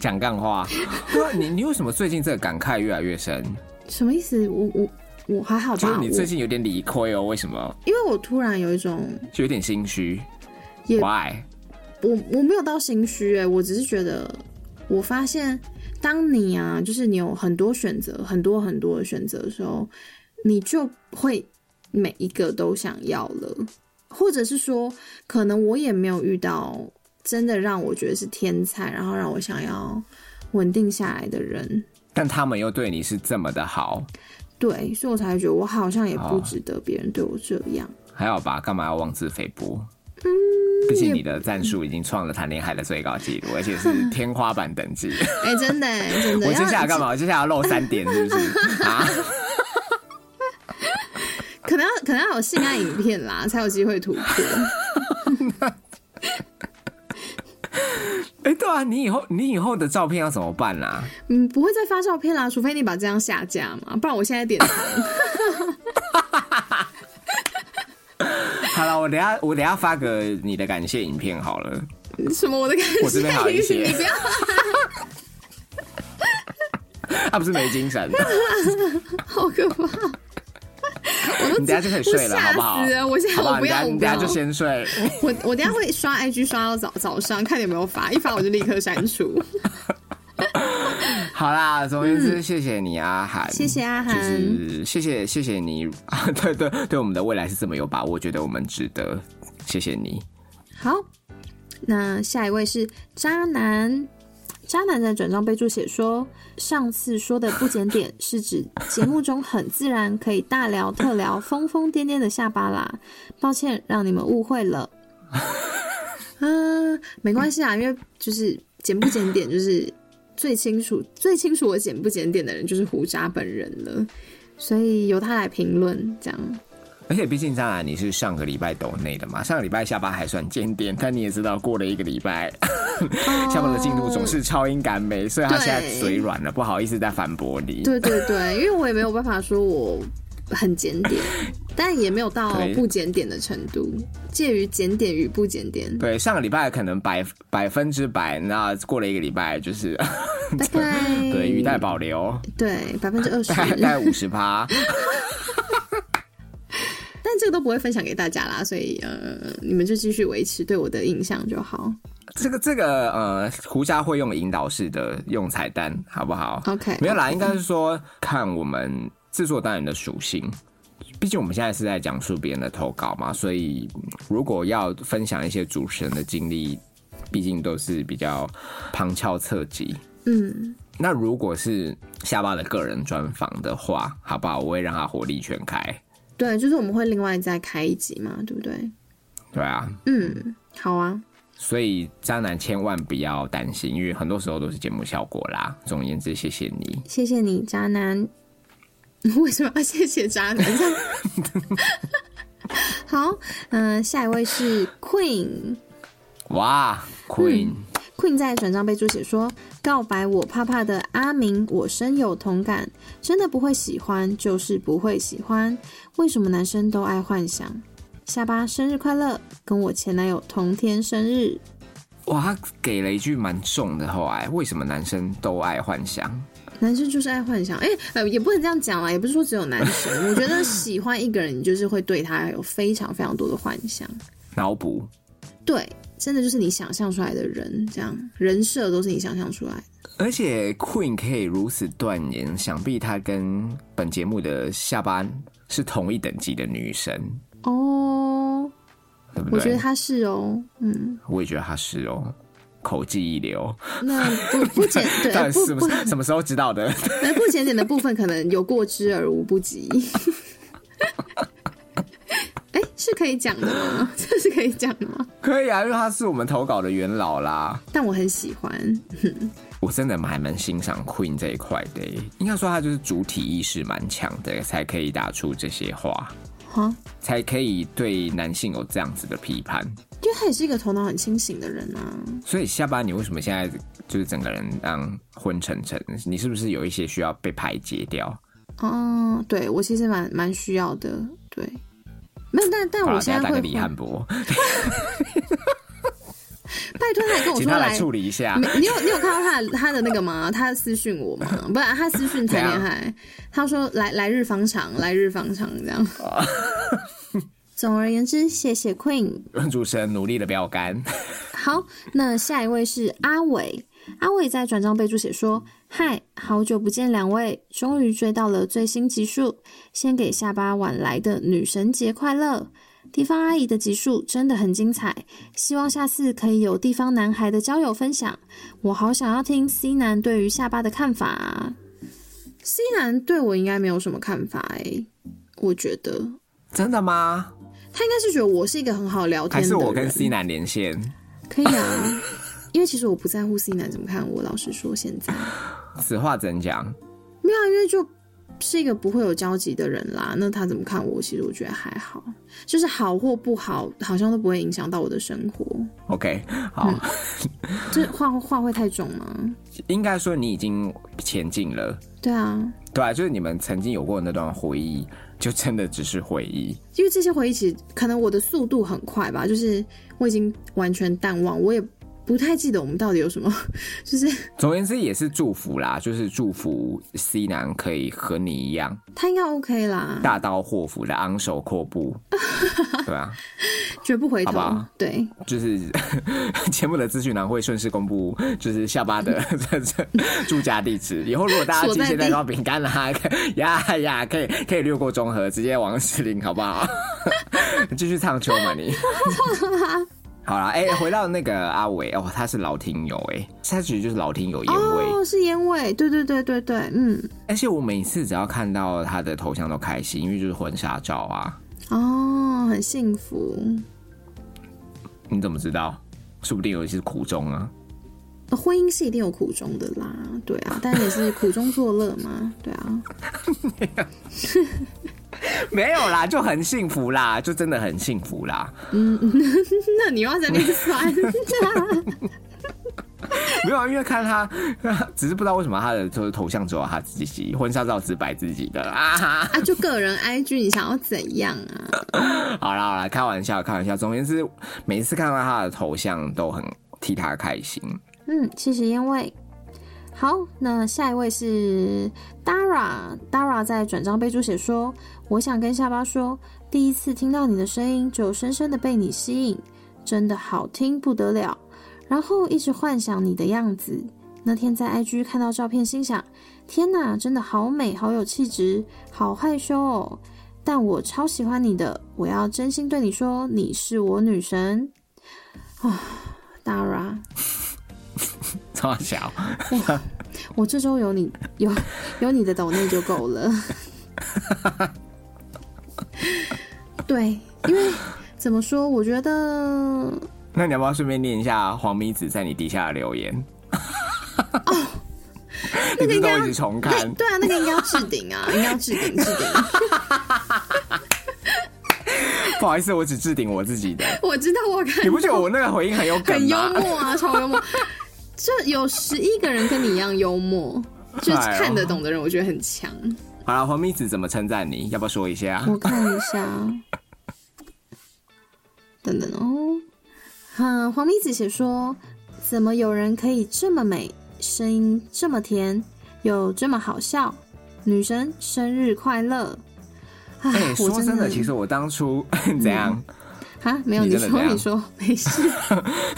Speaker 2: 讲干话。对啊，你你为什么最近这个感慨越来越深？
Speaker 1: 什么意思？我我我还好
Speaker 2: 就是
Speaker 1: 吧？我
Speaker 2: 你最近有点理亏哦，为什么？
Speaker 1: 因为我突然有一种，
Speaker 2: 就有点心虚。
Speaker 1: 也
Speaker 2: Why？
Speaker 1: 我我没有到心虚哎、我只是觉得，我发现当你啊，就是你有很多选择，很多很多的选择的时候，你就会每一个都想要了，或者是说，可能我也没有遇到真的让我觉得是天才，然后让我想要稳定下来的人，
Speaker 2: 但他们又对你是这么的好，
Speaker 1: 对，所以我才会觉得我好像也不
Speaker 2: 哦
Speaker 1: 值得别人对我这样。
Speaker 2: 还好吧？干嘛要妄自菲薄？毕竟你的战术已经创了谈恋爱的最高纪录，而且是天花板等级。
Speaker 1: 哎、真的、哎，真的。
Speaker 2: 我接
Speaker 1: 要
Speaker 2: 下来干嘛？我接下来要露三点是不是？啊？
Speaker 1: 可能要可能要有性爱影片啦，才有机会突破。
Speaker 2: 哎、对啊，你以后你以后的照片要怎么办啦、啊？
Speaker 1: 嗯，不会再发照片啦，除非你把这张下架嘛，不然我现在点 藏。
Speaker 2: 好了，我等一下我等一下发个你的感谢影片好了。
Speaker 1: 什么我的感
Speaker 2: 我这边还有一
Speaker 1: 谢，
Speaker 2: 些
Speaker 1: 你不要。
Speaker 2: 他啊不是没精神，
Speaker 1: 好可怕！ 我都
Speaker 2: 你等一下就可以睡了，
Speaker 1: 我吓
Speaker 2: 好不好
Speaker 1: 死了？我现在
Speaker 2: 好不好？
Speaker 1: 我不
Speaker 2: 你
Speaker 1: 要，
Speaker 2: 等一下
Speaker 1: 我
Speaker 2: 你
Speaker 1: 不
Speaker 2: 等一
Speaker 1: 要
Speaker 2: 下就先睡。
Speaker 1: 我我等一下会刷 IG 刷到早早上，看你有没有发，一发我就立刻删除。
Speaker 2: 好啦，总而言之，谢谢你阿涵，
Speaker 1: 嗯谢啊谢阿涵
Speaker 2: 就是谢谢谢谢你， 啊、对对对，我们的未来是这么有把握，觉得我们值得，谢谢你。
Speaker 1: 好，那下一位是渣男。渣男的转账备注写说：“上次说的不检点是指节目中很自然，可以大聊特聊，疯疯癫癫的下巴啦。抱歉，让你们误会 了。啊，没关系啊，因为就是检不检点，就是最清楚、最清楚我检不检点的人就是胡渣本人了，所以由他来评论这样。
Speaker 2: 而且毕竟渣男，你是上个礼拜抖内的嘛，上个礼拜下巴还算尖点，但你也知道，过了一个礼拜，
Speaker 1: 哦
Speaker 2: 下巴的进度总是超音感美，所以他现在嘴软了，不好意思再反驳你。
Speaker 1: 对对对，因为我也没有办法说我很检 点，但也没有到
Speaker 2: 对
Speaker 1: 不检点的程度，介于检点与不检点，
Speaker 2: 对，上个礼拜可能百百分之百，那过了一个礼拜就是
Speaker 1: 大概
Speaker 2: 对语带保留，
Speaker 1: 对百分之二十
Speaker 2: 大，概大概五十趴。
Speaker 1: 但这个都不会分享给大家啦，所以呃，你们就继续维持对我的印象就好。
Speaker 2: 这个这个呃，胡家会用引导式的用彩蛋，好不好
Speaker 1: OK，
Speaker 2: 没有啦，应该是说看我们制作单元的属性。毕竟我们现在是在讲述别人的投稿嘛，所以嗯如果要分享一些主持人的经历，毕竟都是比较旁敲侧击。
Speaker 1: 嗯，
Speaker 2: 那如果是下巴的个人专访的话，好不好？我会让他火力全开。
Speaker 1: 对，就是我们会另外再开一集嘛，对不对？
Speaker 2: 对啊，
Speaker 1: 嗯，好啊，
Speaker 2: 所以渣男千万不要担心，因为很多时候都是节目效果啦。总而言之，谢谢你。
Speaker 1: 谢谢你，渣男。 为什么要谢谢渣男？ 好，嗯、下一位是 Queen。
Speaker 2: 哇，Queen，、
Speaker 1: 嗯 Queen 在转账备注写说：“告白我怕怕的阿明，我深有同感，真的不会喜欢，就是不会喜欢。为什么男生都爱幻想？下巴生日快乐，跟我前男友同天生日。
Speaker 2: 哇，他给了一句蛮重的后来，为什么男生都爱幻想？
Speaker 1: 男生就是爱幻想，哎、呃，也不能这样讲啦，也不是说只有男生。我觉得喜欢一个人，你就是会对他有非常非常多的幻想。
Speaker 2: 脑补，
Speaker 1: 对，真的就是你想象出来的人，这样人设都是你想象出来的。
Speaker 2: 而且 Queen 可以如此断言，想必她跟本节目的下班是同一等级的女神，
Speaker 1: 哦，
Speaker 2: 对不对？
Speaker 1: 我觉得他是哦，嗯。”
Speaker 2: 我也觉得她是哦，口技一流。
Speaker 1: 那 不不检
Speaker 2: 但
Speaker 1: 对
Speaker 2: 是
Speaker 1: 不不
Speaker 2: 什么什么时候知道的？
Speaker 1: 呃不检点的部分可能有过之而无不及。 哎、是可以讲的吗？ 这是可以讲的吗？
Speaker 2: 可以啊，因为她是我们投稿的元老啦。
Speaker 1: 但我很喜欢，
Speaker 2: 我真的还蛮欣赏 Queen 这一块的耶，应该说她就是主体意识蛮强的，才可以打出这些话。
Speaker 1: 哈，
Speaker 2: 才可以对男性有这样子的批判。
Speaker 1: 因为他也是一个头脑很清醒的人啊。
Speaker 2: 所以下班你为什么现在就是整个人让昏沉沉？你是不是有一些需要被排解掉？
Speaker 1: 哦，对我其实蛮蛮需要的，对，没有，但但
Speaker 2: 好
Speaker 1: 我
Speaker 2: 了，
Speaker 1: 现
Speaker 2: 等一下
Speaker 1: 在
Speaker 2: 打
Speaker 1: 会
Speaker 2: 给李汉博，
Speaker 1: 拜托他也跟我
Speaker 2: 请
Speaker 1: 说
Speaker 2: 他来
Speaker 1: 来。
Speaker 2: 处理一下
Speaker 1: 没。你有你有看到他的他的那个吗？他私讯我吗？不然他私讯谈恋爱，他说来来日方长，来日方长这样。总而言之，谢谢 Queen。
Speaker 2: 主持人努力的标杆，
Speaker 1: 好，那下一位是阿伟。阿伟在转账备注写说：“嗨，好久不见，两位，终于追到了最新集数，先给下巴晚来的女神节快乐！地方阿姨的集数真的很精彩，希望下次可以有地方男孩的交友分享。我好想要听 C 男对于下巴的看法、C 男对我应该没有什么看法诶、我觉得
Speaker 2: 真的吗？
Speaker 1: 他应该是觉得我是一个很好聊天
Speaker 2: 还
Speaker 1: 的
Speaker 2: 是
Speaker 1: 人。
Speaker 2: 我跟 C 男连线？
Speaker 1: 可以啊， 因为其实我不在乎 C 男怎么看我，老实说，现在
Speaker 2: 此话怎讲？
Speaker 1: 没有啊，因为就是一个不会有交集的人啦。那他怎么看我，其实我觉得还好，就是好或不好，好像都不会影响到我的生活。
Speaker 2: OK，好，
Speaker 1: 嗯这话话会太重吗？
Speaker 2: 应该说你已经前进了，
Speaker 1: 对啊，
Speaker 2: 对啊，就是你们曾经有过那段回忆，就真的只是回忆。
Speaker 1: 因为这些回忆，其实可能我的速度很快吧，就是我已经完全淡忘，我也不太记得我们到底有什么， 就是
Speaker 2: 总而言之也是祝福啦，就是祝福 C 男可以和你一样
Speaker 1: 他应该 OK 啦，
Speaker 2: 大刀阔斧的昂首阔步，对啊，
Speaker 1: 绝不回
Speaker 2: 好
Speaker 1: 头
Speaker 2: 吧。
Speaker 1: 对，
Speaker 2: 就是 节目的资讯栏会顺势公布，就是下巴的 这这住家地址。以后如果大家
Speaker 1: 所在
Speaker 2: 寄
Speaker 1: 地
Speaker 2: 现蛋糕、饼干啦，可以呀呀，可以可以略过中和，直接往士林，好不好？ 继续唱秋嘛你。好啦，哎、回到那个阿伟哦，他是老听友哎，他其实就是老听友烟味。
Speaker 1: 哦，是烟味，对对对对对，嗯，
Speaker 2: 而且我每次只要看到他的头像都开心，因为就是婚纱照啊。
Speaker 1: 哦，很幸福，
Speaker 2: 你怎么知道？说不定有一些苦衷啊。
Speaker 1: 呃婚姻是一定有苦衷的啦，对 啊，但也是苦中作乐嘛，对啊，
Speaker 2: 没有啦，就很幸福啦，就真的很幸福啦。
Speaker 1: 那你又要在那边酸，
Speaker 2: 没有啊，因为看他， 只是不知道为什么他的头头像只有他自己，婚纱照只摆自己的啊哈。
Speaker 1: 啊，就个人 IG 你想要怎样啊？
Speaker 2: 好啦好啦，开玩笑开玩笑，总而言之，每次看到他的头像都很替他开心。
Speaker 1: 嗯，谢谢烟味。好，那下一位是 Dara。Dara 在转账备注写说：“我想跟下巴说，第一次听到你的声音，就深深的被你吸引，真的好听不得了。然后一直幻想你的样子。那天在 IG 看到照片，心想：天哪，真的好美，好有气质，好害羞哦。但我超喜欢你的，我要真心对你说，你是我女神啊，Dara。”
Speaker 2: 超小，
Speaker 1: 我这周有你 有有你的抖内就够了。对，因为怎么说，我觉得
Speaker 2: 那你要不要顺便念一下黄咪子在你底下的留言？ 你不是都一直重看？
Speaker 1: 对哦啊，那个应该要置顶啊，应该要置顶啊置顶。
Speaker 2: 不好意思，我只置顶我自己的。
Speaker 1: 我知道我看
Speaker 2: 你不觉得我那个回应很有梗
Speaker 1: 很幽
Speaker 2: 吗？
Speaker 1: 默啊，超幽默。就有十一个人跟你一样幽默，就是
Speaker 2: 哎呦
Speaker 1: 看得懂的人，我觉得很强。
Speaker 2: 好了，黄咪子怎么称赞你？要不要说一下？
Speaker 1: 我看一下， 等等哦。嗯，黄明子写说，怎么有人可以这么美，声音这么甜，又这么好笑？女神生日快乐！哎、
Speaker 2: 哎、
Speaker 1: 我
Speaker 2: 说真的，其实我当初 怎样？
Speaker 1: 啊，没有
Speaker 2: 你
Speaker 1: 你
Speaker 2: 真的
Speaker 1: 说
Speaker 2: 怎样
Speaker 1: 你说没事，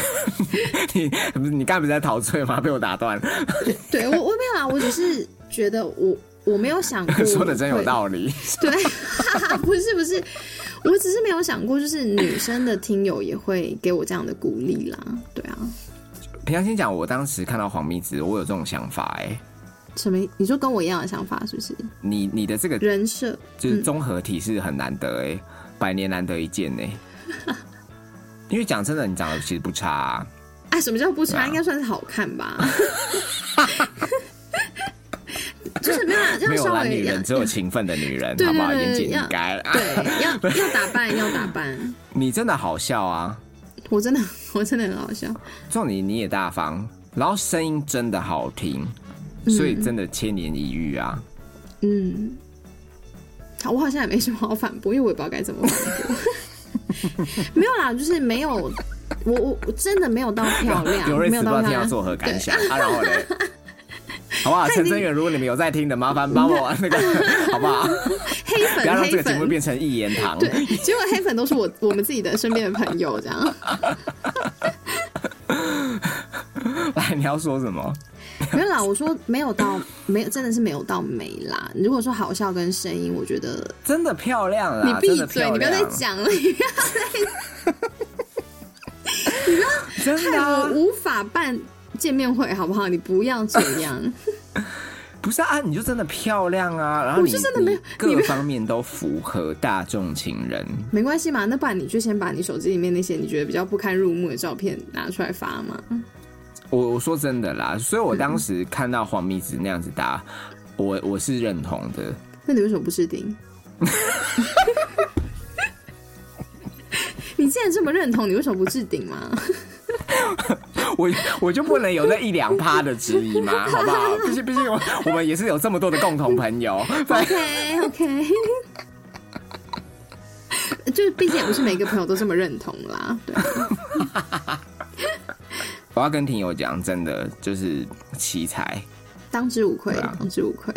Speaker 2: 你不是你刚才不是在陶醉吗？ 被我打断，
Speaker 1: 对我我没有啊，我只是觉得我我没有想过
Speaker 2: 说的真有
Speaker 1: 理。
Speaker 2: 道理。
Speaker 1: 对， 哈哈，不是不是，我只是没有想过，就是女生的听友也会给我这样的鼓励啦。对啊，
Speaker 2: 平常心讲，我当时看到黄蜜子，我有这种想法、哎，
Speaker 1: 什么？你说跟我一样的想法是不是？
Speaker 2: 你你的这个
Speaker 1: 人设
Speaker 2: 就是综合体是很难得、哎、百年难得一见呢、哎 因为讲真的，你长得其实不差、啊，
Speaker 1: 啊，什么叫不
Speaker 2: 对啊
Speaker 1: 差？应该算是好看吧。 就是没有啦，要
Speaker 2: 没有
Speaker 1: 稍
Speaker 2: 啦，
Speaker 1: 微
Speaker 2: 女
Speaker 1: 要
Speaker 2: 人只有勤奋的女 人，
Speaker 1: 对
Speaker 2: 好不好？
Speaker 1: 对对
Speaker 2: 言简
Speaker 1: 对
Speaker 2: 意赅。啊
Speaker 1: 对，要要打扮，要打扮。
Speaker 2: 你真的好笑啊！
Speaker 1: 我真的， 我真的很好笑。
Speaker 2: 重点你也大方，然后声音真的好听，所以真的千年一遇啊！
Speaker 1: 嗯，好，我好像也没什么好反驳，因为我也不知道该怎么反驳。 没有啦，就是没有，我我我真的没有到漂亮，
Speaker 2: 有瑞
Speaker 1: 没
Speaker 2: 斯
Speaker 1: 有
Speaker 2: 不知
Speaker 1: 到
Speaker 2: 道
Speaker 1: 漂
Speaker 2: 听到
Speaker 1: 亮。
Speaker 2: 作何感想啊？然后嘞， 好不好？陈真远，如果你们有在听的，麻烦帮我 那个，好不好？
Speaker 1: 黑
Speaker 2: 不要
Speaker 1: 粉，
Speaker 2: 让这
Speaker 1: 黑
Speaker 2: 个节目
Speaker 1: 粉，
Speaker 2: 变成一言堂。
Speaker 1: 对， 结果黑粉都是我我们自己的身边的朋友这样。
Speaker 2: 来，你要说什么？
Speaker 1: 没有啦，我说没有到，没有，真的是没有到美啦。如果说好笑跟声音，我觉得
Speaker 2: 真的漂亮
Speaker 1: 你
Speaker 2: 啦！
Speaker 1: 闭
Speaker 2: 啊真的
Speaker 1: 嘴，
Speaker 2: 漂
Speaker 1: 你不要
Speaker 2: 亮
Speaker 1: 再，讲了， 你不要
Speaker 2: 真的
Speaker 1: 哎害我
Speaker 2: 啊
Speaker 1: 无法办见面会，好不好？你不要这 样，
Speaker 2: 不是啊，你就真的漂亮啊！然后
Speaker 1: 我
Speaker 2: 你
Speaker 1: 就真的没有
Speaker 2: 你各方面都符合大众情人。
Speaker 1: 没关系嘛。那不然你就先把你手机里面那些你觉得比较不堪入目的照片拿出来发嘛。
Speaker 2: 我我说真的啦，所以我当时看到黄蜜子那样子搭，我我是认同的。
Speaker 1: 那你为什么不置 顶？你既然这么认同，你为什么不置顶嘛？
Speaker 2: 我我就不能有那一两趴的质疑吗？好不好？毕竟毕竟我我们也是有这么多的共同朋友，
Speaker 1: OK OK，就是毕竟也不是每个朋友都这么认同啦，对啊。
Speaker 2: 我阿根廷有讲，真的就是奇才，
Speaker 1: 当之无愧，
Speaker 2: 对啊
Speaker 1: 当之无愧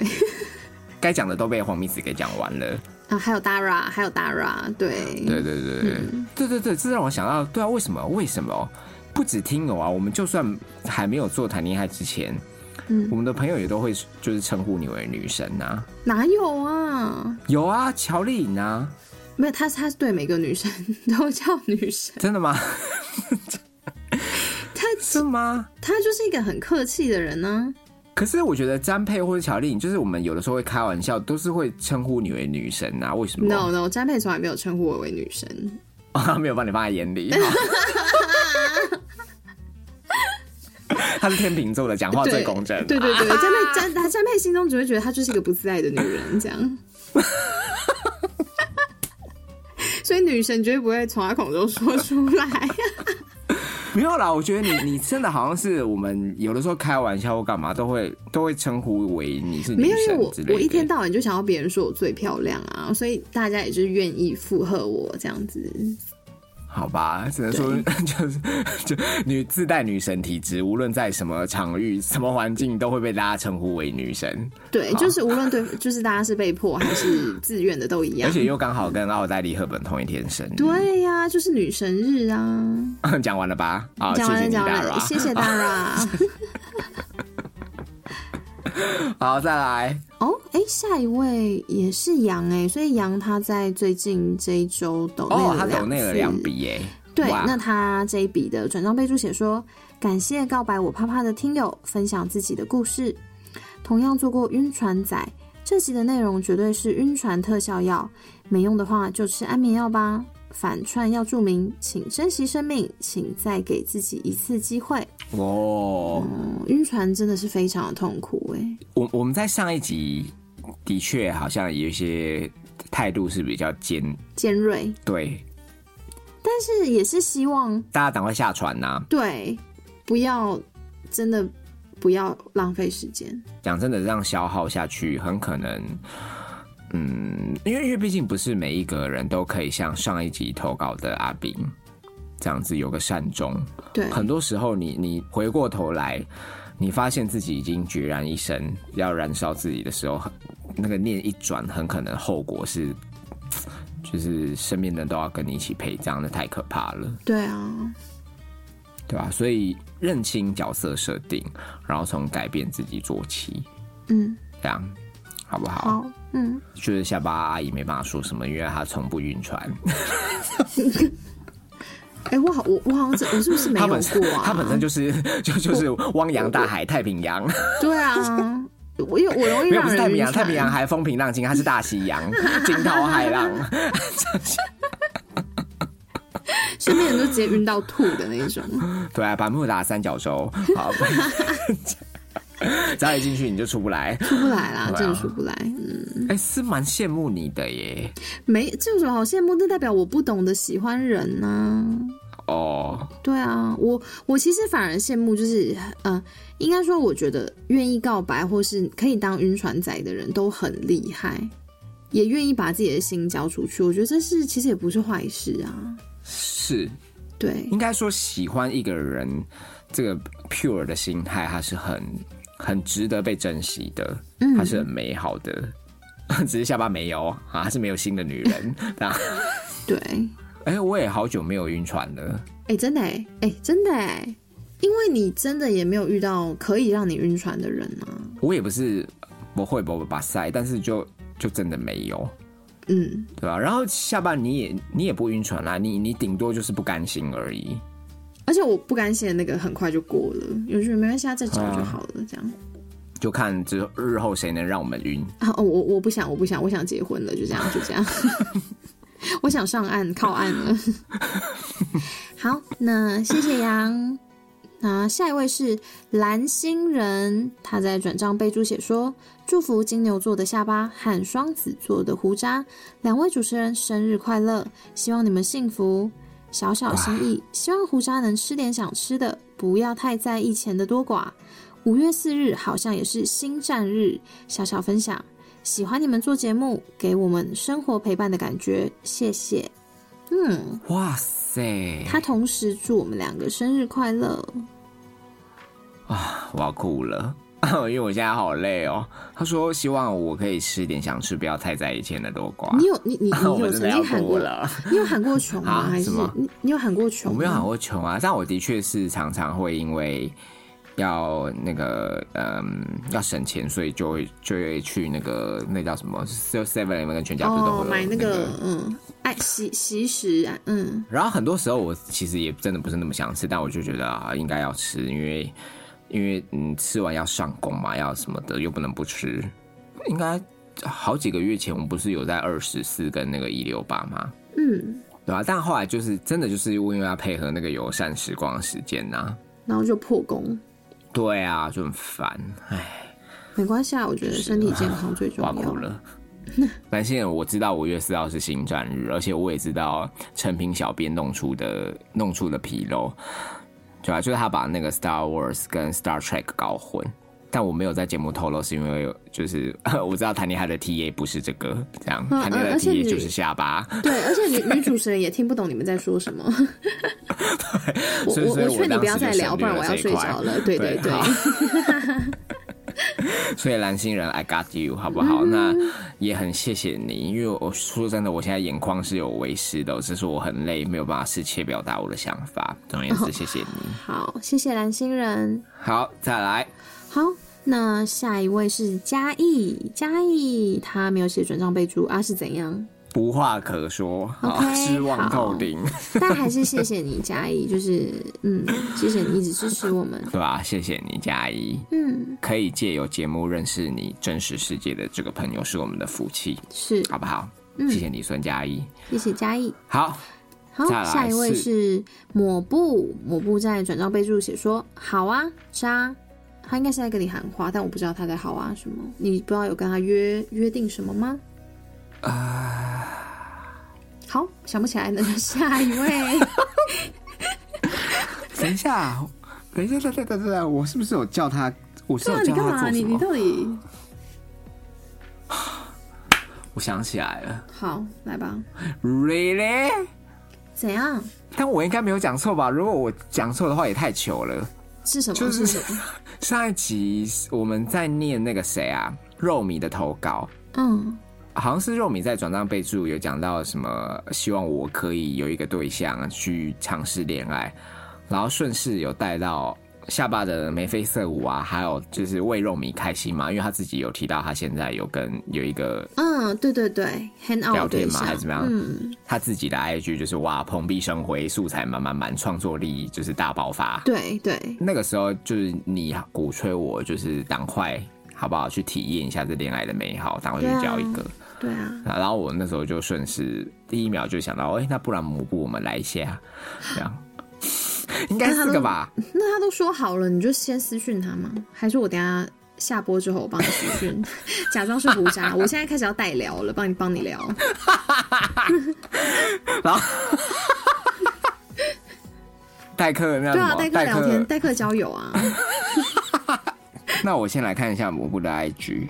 Speaker 2: 该讲的都被黄明子给讲完了。
Speaker 1: 啊！还有 Dara，还有 Dara，对
Speaker 2: 对对对对、对对对，这让我想到，对啊，为什么为什么不止听友啊？我们就算还没有做谈恋爱之前，
Speaker 1: 嗯
Speaker 2: 我们的朋友也都会就是称呼你为女神啊。
Speaker 1: 哪有啊？
Speaker 2: 有啊，乔丽颖啊，
Speaker 1: 没有，他他对每个女生都叫女神，
Speaker 2: 真的吗？
Speaker 1: 他
Speaker 2: 是吗？
Speaker 1: 他就是一个很客气的人呢、
Speaker 2: 可是我觉得詹佩或者乔丽颖，就是我们有的时候会开玩笑，都是会称呼你为女神啊。为什么
Speaker 1: No No，詹佩从来没有称呼我为女神，
Speaker 2: 啊，没有把你放在眼 里。他是天秤座的，讲话最
Speaker 1: 对
Speaker 2: 公正。
Speaker 1: 对对对，詹佩詹他詹佩心中只会觉得她就是一个不自爱的女人，这样。所以女神绝对不会从她口中说出来。啊
Speaker 2: 没有啦，我觉得你你真的好像是我们有的时候开玩笑或干嘛都会都会称呼为你是
Speaker 1: 没有，
Speaker 2: 女
Speaker 1: 因为
Speaker 2: 神
Speaker 1: 我
Speaker 2: 之类的。
Speaker 1: 我一天到晚就想要别人说我最漂亮啊，所以大家也就是愿意附和我这样子。
Speaker 2: 好吧，只能说 就是就女自带女神体质，无论在什么场域、什么环境，都会被大家称呼为女神，
Speaker 1: 对，就是无论对，就是大家是被迫还是自愿的都一
Speaker 2: 而
Speaker 1: 样。
Speaker 2: 且又刚好跟奥黛丽·赫本同一天生日。
Speaker 1: 对呀、就是女神日啊！
Speaker 2: 讲完了吧？啊，谢
Speaker 1: 讲完
Speaker 2: 谢
Speaker 1: 了，
Speaker 2: 你
Speaker 1: 讲完
Speaker 2: d
Speaker 1: 了，
Speaker 2: a
Speaker 1: 谢谢 Dara。
Speaker 2: 好，再来。
Speaker 1: 哦，哎，下一位也是杨哎、所以杨他在最近这一周抖内
Speaker 2: 哦，
Speaker 1: 了
Speaker 2: 他抖内了
Speaker 1: 次
Speaker 2: 两笔耶。
Speaker 1: 对，
Speaker 2: 哇
Speaker 1: 那他这一笔的转账备注写说：“感谢告白我怕怕的听友分享自己的故事，同样做过晕船仔。这集的内容绝对是晕船特效药，没用的话就吃安眠药吧。反串要注明，请珍惜生命，请再给自己一次机会。
Speaker 2: 哦，
Speaker 1: 嗯，晕船真的是非常的痛苦哎、
Speaker 2: 我我们在上一集的确好像有一些态度是比较尖，
Speaker 1: 尖锐，
Speaker 2: 对，
Speaker 1: 但是也是希望
Speaker 2: 大家赶快下船呐、
Speaker 1: 对，不要真的不要浪费时间。
Speaker 2: 讲真的，这样消耗下去，很可能，嗯，因为因为毕竟不是每一个人都可以像上一集投稿的阿斌这样子有个善终，
Speaker 1: 对，
Speaker 2: 很多时候你你回过头来，你发现自己已经决然一生要燃烧自己的时候，很那个念一转，很可能后果是，就是身边的人都要跟你一起陪葬，那太可怕了，
Speaker 1: 对啊，
Speaker 2: 对吧、所以认清角色设定，然后从改变自己做起，
Speaker 1: 嗯，
Speaker 2: 这样好不好？
Speaker 1: 好，嗯。”
Speaker 2: 就是下巴阿姨没办法说什么，因为她从不晕船，
Speaker 1: 哎、我好，我我好像是我是不是没
Speaker 2: 她
Speaker 1: 有
Speaker 2: 本身
Speaker 1: 过啊？
Speaker 2: 她本身就是就就是汪洋大海、太平洋。
Speaker 1: 对啊，我因为我容易
Speaker 2: 没 有，
Speaker 1: 让
Speaker 2: 不是太
Speaker 1: 人
Speaker 2: 平
Speaker 1: 晕
Speaker 2: 洋，太平洋
Speaker 1: 船。
Speaker 2: 还风平浪静，它是大西洋，惊涛骇浪。
Speaker 1: 身边人都直接晕到吐的那种。
Speaker 2: 对啊，百慕达三角洲，好， 只要一进去你就出不来。
Speaker 1: 出不来啦，
Speaker 2: 对啊
Speaker 1: 真的出不来。嗯，
Speaker 2: 哎、是蛮羡慕你的耶。
Speaker 1: 没，这有什么好羡慕？那代表我不懂得喜欢人呢、啊
Speaker 2: 哦，
Speaker 1: 对啊，我我其实反而羡慕，就是呃，应该说，我觉得愿意告白或是可以当晕船仔的人都很厉害，也愿意把自己的心交出去。我觉得这是其实也不是坏事啊。
Speaker 2: 是
Speaker 1: 对
Speaker 2: 应该说喜欢一个人，这个 pure 的心态，它是很很值得被珍惜的，它是很美好的。 只是下巴没有啊，她是没有心的女人。那
Speaker 1: 对，哎、
Speaker 2: 哎、我也好久没有晕船了。
Speaker 1: 真的哎、哎、真的哎、因为你真的也没有遇到可以让你晕船的人啊。
Speaker 2: 我也不是不会不会把塞，但是就就真的没有，
Speaker 1: 嗯，
Speaker 2: 对吧、然后下班你也你也不晕船啦，你你顶多就是不甘心而已。
Speaker 1: 而且我不甘心的那个很快就过了，有时候没关系，他再找就好了，这样。
Speaker 2: 就看之后日后谁能让我们晕，
Speaker 1: 啊， 哦，我我不想，我不想，我想结婚了，就这样，就这样。 我想上岸，靠岸了。 好，那谢谢杨。那下一位是蓝星人，他在转账备注写说：“祝福金牛座的下巴和双子座的胡渣两位主持人生日快乐，希望你们幸福。小小心意，希望胡渣能吃点想吃的，不要太在意钱的多寡。五月四日好像也是星战日，小小分享，喜欢你们做节目，给我们生活陪伴的感觉，谢谢。嗯，
Speaker 2: 哇塞，
Speaker 1: 他同时祝我们两个生日快乐，
Speaker 2: 啊，我要哭了， 因为我现在好累哦。他说希望我可以吃点想吃，不要太在意钱的多瓜。
Speaker 1: 你有你你你
Speaker 2: 我
Speaker 1: 有
Speaker 2: 真
Speaker 1: 曾
Speaker 2: 的要
Speaker 1: 经喊
Speaker 2: 哭
Speaker 1: 过，
Speaker 2: 了，
Speaker 1: 你有喊过穷吗？
Speaker 2: 啊
Speaker 1: 还是
Speaker 2: 什么
Speaker 1: 你你有喊过穷？
Speaker 2: 我没有喊。过穷啊，但我的确是常常会因为要那个嗯要省钱，所以就会就会去那个那叫什么就 Seven 跟全家不是都会
Speaker 1: 哦，
Speaker 2: 有
Speaker 1: 买那
Speaker 2: 那
Speaker 1: 个嗯，爱习习食啊，嗯，
Speaker 2: 然后很多时候我其实也真的不是那么想吃，但我就觉得啊，应该要吃，因为因为嗯，吃完要上工嘛，要什么的，又不能不吃。应该好几个月前，我们不是有在二十四跟那个一六八吗？
Speaker 1: 嗯，
Speaker 2: 对吧、但后来就是真的就是因为要配合那个友善时光的时间呐、
Speaker 1: 然后就破功，
Speaker 2: 对啊，就很烦，唉，
Speaker 1: 没关系啊，我觉得身体健康最重
Speaker 2: 挖
Speaker 1: 要。
Speaker 2: 苦了。但现在我知道五月四号是星战日，而且我也知道陈平小编弄出的弄出的纰漏，对啊吧、就是他把那个 Star Wars 跟 Star Trek 搞混，但我没有在节目透露，是因为就是 我知道谈恋爱的 TA 不是这个，这样
Speaker 1: 嗯
Speaker 2: 谈恋爱
Speaker 1: 而
Speaker 2: 的
Speaker 1: 且
Speaker 2: TA
Speaker 1: 你
Speaker 2: 就是下巴，
Speaker 1: 对，而且女女主持人也听不懂你们在说 什么。我
Speaker 2: 所以
Speaker 1: 我
Speaker 2: 所以
Speaker 1: 我
Speaker 2: 我
Speaker 1: 劝你
Speaker 2: 当
Speaker 1: 不要
Speaker 2: 时就
Speaker 1: 再聊，
Speaker 2: 省
Speaker 1: 不然
Speaker 2: 略
Speaker 1: 我
Speaker 2: 了
Speaker 1: 要
Speaker 2: 这一
Speaker 1: 睡
Speaker 2: 块
Speaker 1: 着了。对对
Speaker 2: 对
Speaker 1: 对，
Speaker 2: 好所以蓝星人，I got you，好不
Speaker 1: 嗯
Speaker 2: 好？那也很谢谢你，因为我说真的，我现在眼眶是有为湿的，只是我很累，没有办法适切表达我的想法。总而言之，谢谢你。
Speaker 1: 好，谢谢蓝星人。
Speaker 2: 好，再来，
Speaker 1: 好，那下一位是嘉义，嘉义他没有写转账备注啊，是怎样？
Speaker 2: 无话可说，好
Speaker 1: OK，
Speaker 2: 失望透顶，
Speaker 1: 但还是谢谢你，嘉义，就是嗯，谢谢你一直支持我们。
Speaker 2: 对吧、谢谢你，佳怡。
Speaker 1: 嗯，
Speaker 2: 可以借由节目认识你真实世界的这个朋友是我们的福气，
Speaker 1: 是，
Speaker 2: 好不好？
Speaker 1: 嗯
Speaker 2: 谢谢你，孙佳怡。
Speaker 1: 谢谢嘉义。
Speaker 2: 好，
Speaker 1: 好，
Speaker 2: 再来
Speaker 1: 下一位是抹布，抹布在转账备注写说：“好啊，渣。”他应该是在跟你喊话，但我不知道他在好啊什么。你不知道有跟他约约定什么吗？啊、好，想不起来呢。下一 位，
Speaker 2: 等一下，等一下，等一下，等一下，我是不是有叫他？我是
Speaker 1: 对
Speaker 2: 有
Speaker 1: 啊，你
Speaker 2: 叫
Speaker 1: 干
Speaker 2: 他
Speaker 1: 嘛？
Speaker 2: 做
Speaker 1: 你
Speaker 2: 什
Speaker 1: 你
Speaker 2: 么？
Speaker 1: 到底
Speaker 2: 我想起来了。
Speaker 1: 好来吧？
Speaker 2: Really？
Speaker 1: 怎样？
Speaker 2: 但我应该没有讲错吧？如果我讲错的话，也太糗了。
Speaker 1: 是什么？
Speaker 2: 就是
Speaker 1: 是什 么？
Speaker 2: 上一集我们在念那个谁啊，肉米的投稿，
Speaker 1: 嗯，
Speaker 2: 好像是肉米在转账备注有讲到什么，希望我可以有一个对象去尝试恋爱，然后顺势有带到下巴的眉飞色舞啊，还有就是为肉米开心嘛，因为他自己有提到他现在有跟有一个
Speaker 1: 嗯，对对对，hand out
Speaker 2: 聊天
Speaker 1: 哦对
Speaker 2: 嘛
Speaker 1: 象
Speaker 2: 还是怎么样
Speaker 1: 嗯，
Speaker 2: 他自己的 IG 就是哇，蓬荜生辉，素材满满满，创作力就是大爆发。
Speaker 1: 对对，
Speaker 2: 那个时候就是你鼓吹我，就是赶快好不好去体验一下这恋爱的美好，赶快去交一个。
Speaker 1: 对啊，
Speaker 2: 然后我那时候就顺势第一秒就想到，哎、那不然母布我们来 一下，啊这样应该是这个吧？
Speaker 1: 那他都说好了，你就先私讯他吗？还是我等一下下播之后我帮你私讯，假装是胡渣？我现在开始要代聊了，帮你帮你聊。
Speaker 2: 代课那
Speaker 1: 对
Speaker 2: 什
Speaker 1: 啊，
Speaker 2: 么？
Speaker 1: 代课
Speaker 2: 代
Speaker 1: 聊天，代课交友啊。
Speaker 2: 那我先来看一下母布的 IG，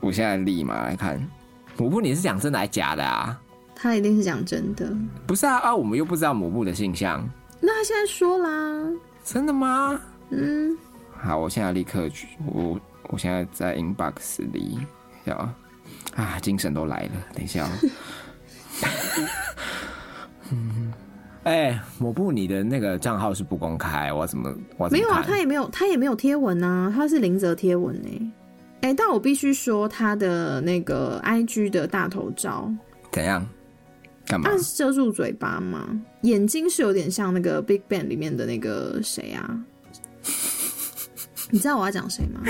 Speaker 2: 我现在立马来看。母布，你是讲真的还是假的啊？
Speaker 1: 他一定是讲真的。
Speaker 2: 不是啊啊，我们又不知道母布的性向，
Speaker 1: 那他现在说啦，
Speaker 2: 真的吗？
Speaker 1: 嗯，
Speaker 2: 好，我现在立刻去，我我现在在 inbox 里，要啊，精神都来了，等一 下、哦。嗯，哎、抹布，你的那个账号是不公开，我要怎么我要怎
Speaker 1: 没
Speaker 2: 么
Speaker 1: 有啊，
Speaker 2: 看
Speaker 1: 他也没有，他也没有贴文啊，他是林泽贴文呢、哎、但我必须说他的那个 IG 的大头照，
Speaker 2: 怎样？干嘛
Speaker 1: 它？是啊遮住嘴巴吗？眼睛是有点像那个 Big Bang 里面的那个谁啊？ 你知道我要讲谁吗？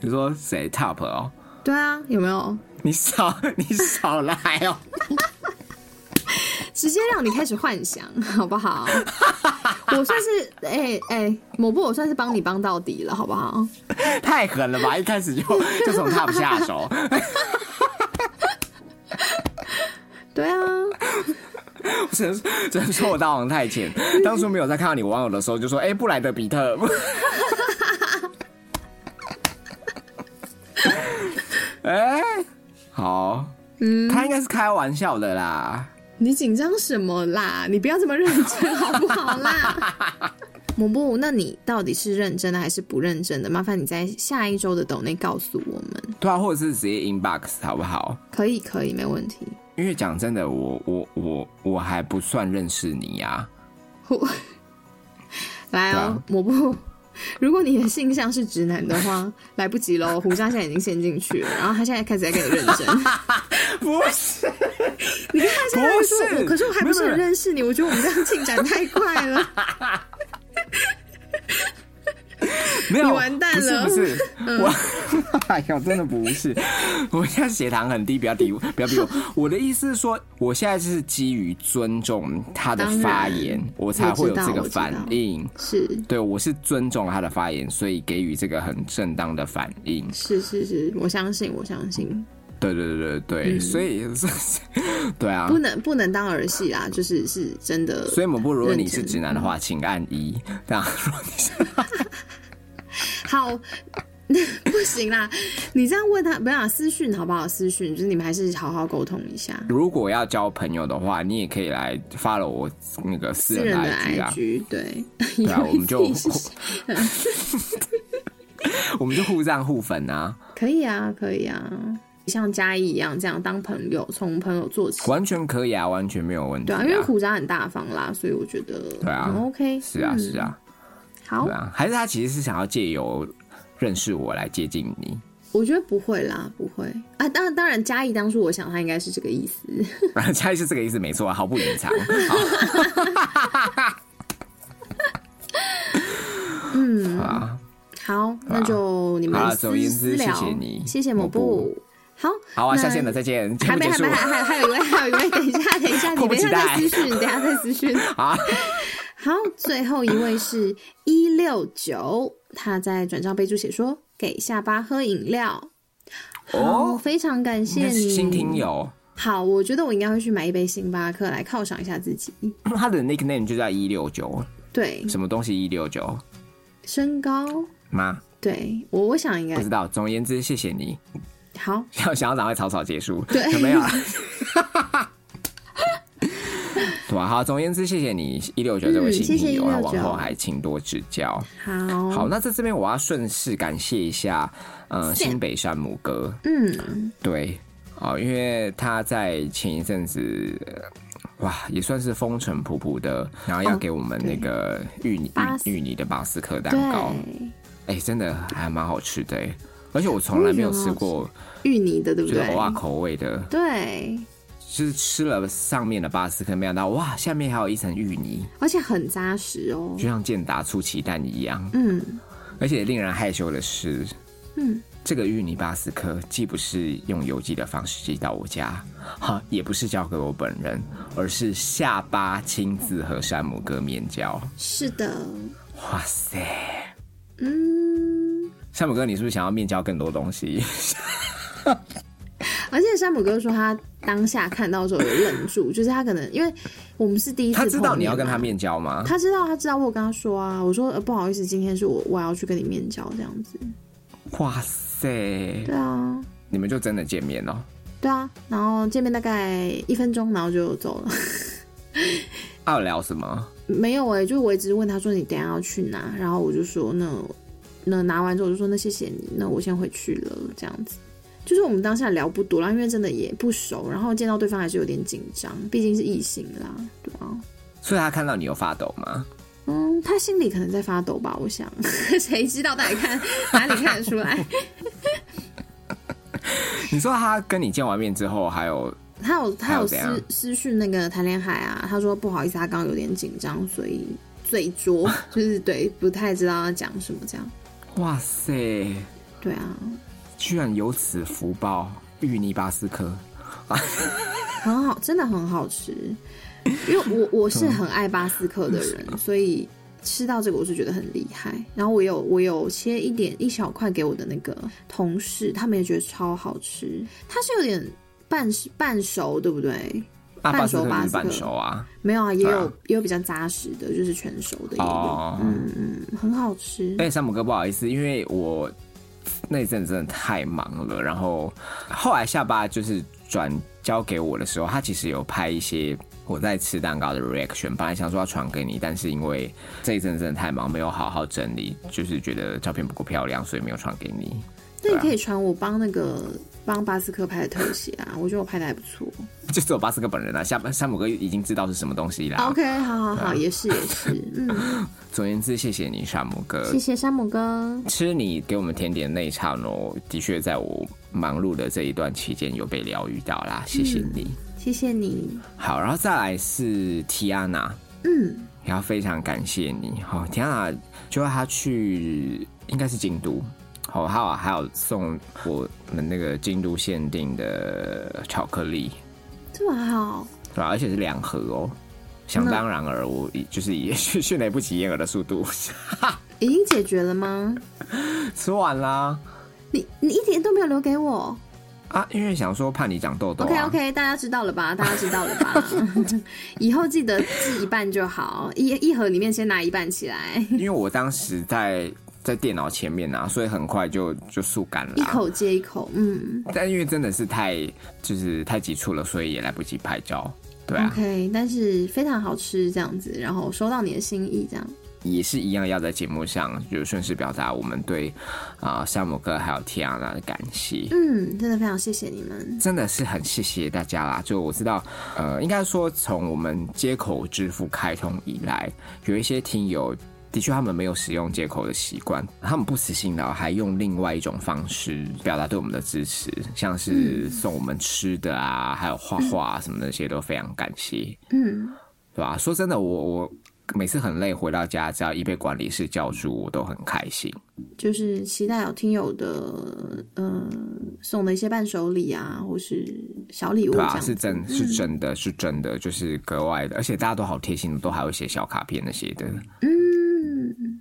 Speaker 2: 你说谁 top 哦？
Speaker 1: 对啊，有没有？
Speaker 2: 你少 你少来哦！
Speaker 1: 直接让你开始幻想，好不好？我算是哎哎，某、部我算是帮你帮到底了，好不好？
Speaker 2: 太狠了吧！一开始就就从 top 下手，
Speaker 1: 对啊，
Speaker 2: 只能只能说我大王太 浅。当初没有在看到你网友的时候，就说：“哎、布莱德比特。” 哎、好，嗯，他应该是开玩笑的啦。
Speaker 1: 你紧张什么啦？你不要这么认真，好不好啦？母布，那你到底是认真的还是不认真的？麻烦你在下一周的抖内告诉我们。
Speaker 2: 对啊，或者是直接 inbox 好不好？
Speaker 1: 可以，可以，没问题。
Speaker 2: 因为讲真的，我我我我还不算认识你啊 呀、
Speaker 1: 我来哦
Speaker 2: 对啊，
Speaker 1: 抹布。如果你的性向是直男的话， 来不及喽。胡渣现在已经陷进去了，然后他现在开始在跟你认 真。
Speaker 2: 不是，
Speaker 1: 你看他现在会说
Speaker 2: 不是
Speaker 1: 我可是我还不是
Speaker 2: 没有
Speaker 1: 很
Speaker 2: 没有
Speaker 1: 认识你，我觉得我们这样进展太快了。
Speaker 2: 没有，
Speaker 1: 你完蛋了嗯
Speaker 2: 不是不是，我 哎呦，真的不是， 我现在血糖很低，不要低，不要 逼我。我的意思是说，我现在是基于尊重他的
Speaker 1: 当然
Speaker 2: 发言，我才会有这
Speaker 1: 我知
Speaker 2: 个
Speaker 1: 道
Speaker 2: 反应。
Speaker 1: 是
Speaker 2: 对，我是尊重他的发言，所以给予这个很正当的反应。
Speaker 1: 是是是，我相信，我相信，
Speaker 2: 对对对对对，所以 对啊
Speaker 1: 嗯不。能不能当儿戏啦，就是是真的。
Speaker 2: 所以某部，如果你
Speaker 1: 认
Speaker 2: 是
Speaker 1: 真
Speaker 2: 直男的话，请按一；这样，如果你是
Speaker 1: 好， 不行啦，你这样问他，不要啦私讯好不好？私讯就是你们还是好好沟通一下。
Speaker 2: 如果要交朋友的话，你也可以来 follow 我那个私
Speaker 1: 私
Speaker 2: 人
Speaker 1: 人
Speaker 2: 的
Speaker 1: 的
Speaker 2: IG 啊，
Speaker 1: IG 对，
Speaker 2: 对 啊，我们就
Speaker 1: 以为自己是
Speaker 2: 我们就互赞互粉啊，
Speaker 1: 可以啊，可以啊，像嘉义一样这样当朋友，从朋友做起。
Speaker 2: 完全可以啊，完全没有问题、
Speaker 1: 对啊，因为苦渣很大方啦，所以我觉得
Speaker 2: 对啊
Speaker 1: 很 OK。
Speaker 2: 是啊，
Speaker 1: 嗯
Speaker 2: 是啊，
Speaker 1: 好
Speaker 2: 对，啊，还是他其实是想要借由认识我来接近你，
Speaker 1: 我觉得不会啦，不会啊。当然，当然，嘉义当初我想他应该是这个意思。
Speaker 2: 然后猜是这个意思没错啊，毫不隐藏。好
Speaker 1: 嗯，
Speaker 2: 啊，
Speaker 1: 好，那就你们
Speaker 2: 好啊
Speaker 1: 私
Speaker 2: 总而言之
Speaker 1: 私聊
Speaker 2: 谢谢你
Speaker 1: 谢谢某
Speaker 2: 某
Speaker 1: 部
Speaker 2: 部。
Speaker 1: 好，
Speaker 2: 好 啊，
Speaker 1: 那
Speaker 2: 下线了，再见，节
Speaker 1: 还
Speaker 2: 目
Speaker 1: 没，
Speaker 2: 结
Speaker 1: 还
Speaker 2: 束
Speaker 1: 没，。还还还有一位，还有一位，等一 下，等一下，你
Speaker 2: 迫不
Speaker 1: 等一下
Speaker 2: 及待
Speaker 1: 再私讯，等一下再私 讯。
Speaker 2: 啊，
Speaker 1: 好，最后一位是一六九，他在转账备注写说给下巴喝饮料。好，
Speaker 2: 哦，
Speaker 1: 非常感谢
Speaker 2: 那是
Speaker 1: 你，
Speaker 2: 新听。友，
Speaker 1: 好，我觉得我应该会去买一杯星巴克来犒赏一下自己。
Speaker 2: 他的 nickname 就叫一六九，
Speaker 1: 对，
Speaker 2: 什么东西一六九
Speaker 1: 身高，
Speaker 2: 吗？
Speaker 1: 对我我想应
Speaker 2: 不
Speaker 1: 该
Speaker 2: 知道。总而言之，谢谢你，
Speaker 1: 好。
Speaker 2: 想想要赶快草草结束，
Speaker 1: 对
Speaker 2: 有没 有啊？对吧、好，总而言之，谢谢你一六九这位
Speaker 1: 嗯
Speaker 2: 新
Speaker 1: 谢
Speaker 2: 听
Speaker 1: 谢
Speaker 2: 友，那
Speaker 1: 169
Speaker 2: 往后还请多指教。
Speaker 1: 好，
Speaker 2: 好，那在这边我要顺势感谢一下，呃，
Speaker 1: 谢
Speaker 2: 新北山姆哥，
Speaker 1: 嗯，
Speaker 2: 对，哦，因为他在前一阵子。呃哇，也算是风尘仆仆的，然后要
Speaker 1: 哦
Speaker 2: 给我们
Speaker 1: 对
Speaker 2: 那个芋泥、
Speaker 1: 巴斯
Speaker 2: 芋芋泥的巴斯克蛋
Speaker 1: 对，
Speaker 2: 糕，哎、真的还蛮好吃的、哎而且我从来没有吃过，
Speaker 1: 芋泥的，对不
Speaker 2: 就是
Speaker 1: 对
Speaker 2: 偶？尔口味的，
Speaker 1: 对，就是
Speaker 2: 吃了上面的巴斯克，没想到哇，下面还有一层芋泥，
Speaker 1: 而且很扎实哦
Speaker 2: 就。像健达出奇蛋一样。
Speaker 1: 嗯
Speaker 2: 而且令人害羞的是，
Speaker 1: 嗯，
Speaker 2: 这个芋泥巴斯克既不是用邮寄的方式寄到我家，哈，也不是交给我本人，而是下巴亲自和山姆哥面交。
Speaker 1: 是的，
Speaker 2: 哇塞，
Speaker 1: 嗯。
Speaker 2: 山姆哥，你是不是想要面交更多东西？
Speaker 1: 而且山姆哥说他当下看到的时候有愣 住，就是他可能因为我们是第一次，
Speaker 2: 他知道你要跟他，面交吗？
Speaker 1: 他知道他知道我有跟他说啊，我说、呃、不好意思，今天是我我要去跟你面交这样子，
Speaker 2: 哇塞，
Speaker 1: 对啊
Speaker 2: 你们就真的见面哦了、
Speaker 1: 对啊，然后见面大概一分钟，然后就走了，
Speaker 2: 他有聊什么？
Speaker 1: 没有哎、就我也只是问他说你等一下要去哪，然后我就说那那拿完之后我就说那谢谢你，那我先回去了这样子。就是我们当下聊不多啦，因为真的也不熟，然后见到对方还是有点紧张，毕竟是异性啦，对啊。
Speaker 2: 所以他看到你有发抖吗？
Speaker 1: 嗯，他心里可能在发抖吧，我想， 谁知道到底看哪里看得出来？
Speaker 2: 你说他跟你见完面之后，还有
Speaker 1: 他有他
Speaker 2: 还有
Speaker 1: 有
Speaker 2: 怎样
Speaker 1: 私私讯那个谈恋爱啊，他说不好意思，他刚刚有点紧张，所以最拙， 就是对，不太知道要讲什么这样。
Speaker 2: 哇塞，
Speaker 1: 对啊，
Speaker 2: 居然有此福报，芋泥巴斯克。
Speaker 1: 很好，真的很好吃，因为我我是很爱巴斯克的人， 所以吃到这个我是觉得很厉害。然后我有我有切一点一小块给我的那个同事，他们也觉得超好吃。它是有点半半熟，对不对？
Speaker 2: 啊，
Speaker 1: 半
Speaker 2: 巴斯
Speaker 1: 熟
Speaker 2: 克就是
Speaker 1: 巴斯克
Speaker 2: 半熟啊，
Speaker 1: 没有啊，也有、
Speaker 2: 对啊
Speaker 1: 也有比较扎实的，就是全熟的也有，
Speaker 2: 哦
Speaker 1: 嗯嗯，很好吃。
Speaker 2: 哎、山姆哥，不好意思，因为我那一阵子真的太忙了，然后后来下巴就是转交给我的时候，他其实有拍一些我在吃蛋糕的 reaction，本来想说要传给你，但是因为这一阵子真的太忙，没有好好整理，就是觉得照片不够漂亮，所以没有传给你。
Speaker 1: 那你
Speaker 2: 对啊
Speaker 1: 可以传我帮那个帮巴斯克拍的特写啊，我觉得我拍的还不错。
Speaker 2: 就只有巴斯克本人啊，夏山姆哥已经知道是什么东西啦。
Speaker 1: 哦 OK，好好
Speaker 2: 啊
Speaker 1: 好，也是也是， 嗯，
Speaker 2: 总而言之，谢谢你，山姆哥
Speaker 1: 谢。谢山姆哥。
Speaker 2: 吃你给我们甜点的那一刹那，的确在我忙碌的这一段期间有被疗愈到啦，
Speaker 1: 嗯
Speaker 2: 谢谢你。
Speaker 1: 谢谢你，
Speaker 2: 好，然后再来是 Tiana，
Speaker 1: 嗯，
Speaker 2: 也要非常感谢你。好、哦、，Tiana 就她去应该是京都，好、还有还有送我们那个京都限定的巧克力，
Speaker 1: 这么好，
Speaker 2: 对吧、啊而且是两盒哦。想当然而我以 就是以迅迅雷不及掩耳的速度
Speaker 1: 已经解决了吗？
Speaker 2: 吃完啦
Speaker 1: 你你一点都没有留给我。
Speaker 2: 啊，因为想说怕你长痘痘、啊。
Speaker 1: OK OK，大家知道了 吧？大家知道了吧？ 以后记得寄一半就好，一一盒里面先拿一半起来，
Speaker 2: 因为我当时在在电脑前面啊，所以很快就就速干了、啊
Speaker 1: 一口接一口。嗯
Speaker 2: 但因为真的是太就是太急促了，所以也来不及拍照。对啊
Speaker 1: ，OK，但是非常好吃，这样子，然后收到你的心意，这样。
Speaker 2: 也是一样要在节目上就顺势表达我们对啊、山姆哥还有 Tiana 的感谢。
Speaker 1: 嗯，真的非常谢谢你们。
Speaker 2: 真的是很谢谢大家啦！就我知道，呃，应该说从我们接口支付开通以来，有一些听友的确他们没有使用接口的习惯，他们不死心的还用另外一种方式表达对我们的支持，像是送我们吃的啊，还有画画、啊、什么那些都非常感谢，
Speaker 1: 嗯，
Speaker 2: 对吧、说真的，我我每次很累回到家，只要一被管理室叫住，我都很开心。
Speaker 1: 就是期待有听友的呃送的一些伴手礼啊，或是小礼物这
Speaker 2: 对
Speaker 1: 样
Speaker 2: 啊，
Speaker 1: 子。
Speaker 2: 是真是
Speaker 1: 嗯
Speaker 2: 真的是真的，就是格外的，而且大家都好贴心的，都还会写小卡片那些的。
Speaker 1: 嗯，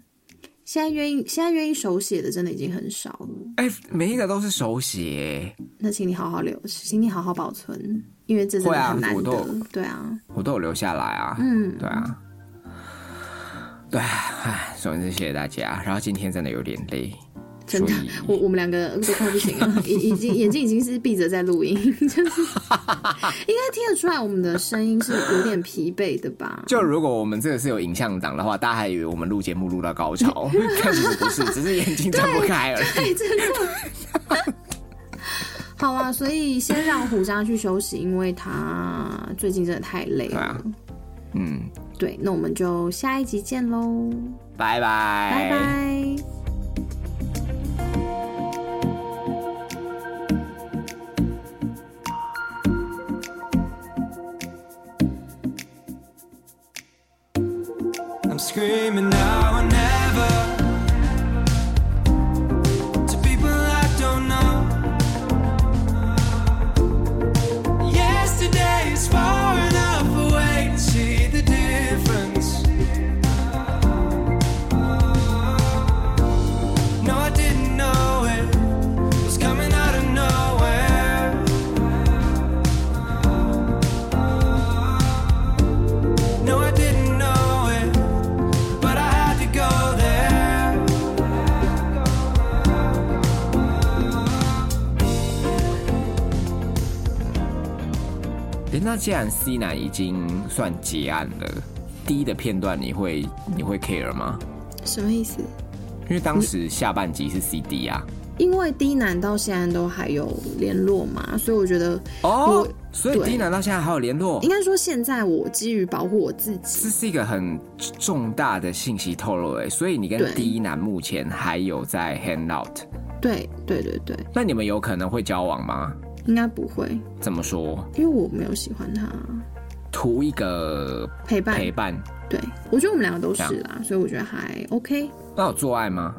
Speaker 1: 现在愿意现在愿意手写的真的已经很少了。
Speaker 2: 哎、每一个都是手写，
Speaker 1: 那请你好好留，请你好好保存，因为这真
Speaker 2: 会
Speaker 1: 的
Speaker 2: 啊
Speaker 1: 很难得。
Speaker 2: 我都
Speaker 1: 对啊，
Speaker 2: 我都有留下来啊。
Speaker 1: 嗯
Speaker 2: 对啊，对啊，唉，总之谢谢大家。然后今天真的有点累，
Speaker 1: 真的
Speaker 2: 所以，
Speaker 1: 我我们两个都快不行了，已已经眼睛已经是闭着在录音，就是 应该听得出来我们的声音是有点疲惫的吧？
Speaker 2: 就如果我们这个是有影像档的话，大家还以为我们录节目录到高 潮，但其实不是，只是眼睛张不开而已。
Speaker 1: 对，真的。好啦，所以先让虎鲨去休息，因为他最近真的太累
Speaker 2: 对
Speaker 1: 了。
Speaker 2: 啊嗯，
Speaker 1: 对，那我们就下一集见喽，
Speaker 2: 拜
Speaker 1: 拜
Speaker 2: 拜，
Speaker 1: 拜。
Speaker 3: I'm screaming now and never to people I don't know. Yesterday is far enough away to see the difference. No, I didn't know it was coming out of nowhere. No, I didn't know it, but I had to go there.
Speaker 2: 诶那既然 C 男已经算结案了，第一的片段你会你会 care 吗？
Speaker 1: 什么意思？
Speaker 2: 因为当时下半集是 CD 啊，
Speaker 1: 因为 D 男到现在都还有联络嘛，所以我觉得
Speaker 2: 哦
Speaker 1: 我，
Speaker 2: 所以
Speaker 1: 对
Speaker 2: D 男到现在还有联络
Speaker 1: 应，该说现在我基于保护我自己，
Speaker 2: 这是一个很重大的信息透露诶、欸所以你跟
Speaker 1: 对
Speaker 2: D 男目前还有在 hang out，
Speaker 1: 对对对对，
Speaker 2: 那你们有可能会交往吗？
Speaker 1: 应该不会，
Speaker 2: 怎么说？
Speaker 1: 因为我没有喜欢他
Speaker 2: 图一个
Speaker 1: 陪伴。
Speaker 2: 陪伴，
Speaker 1: 对，我觉得我们两个都是啦，所以我觉得还 OK。
Speaker 2: 那有做爱吗？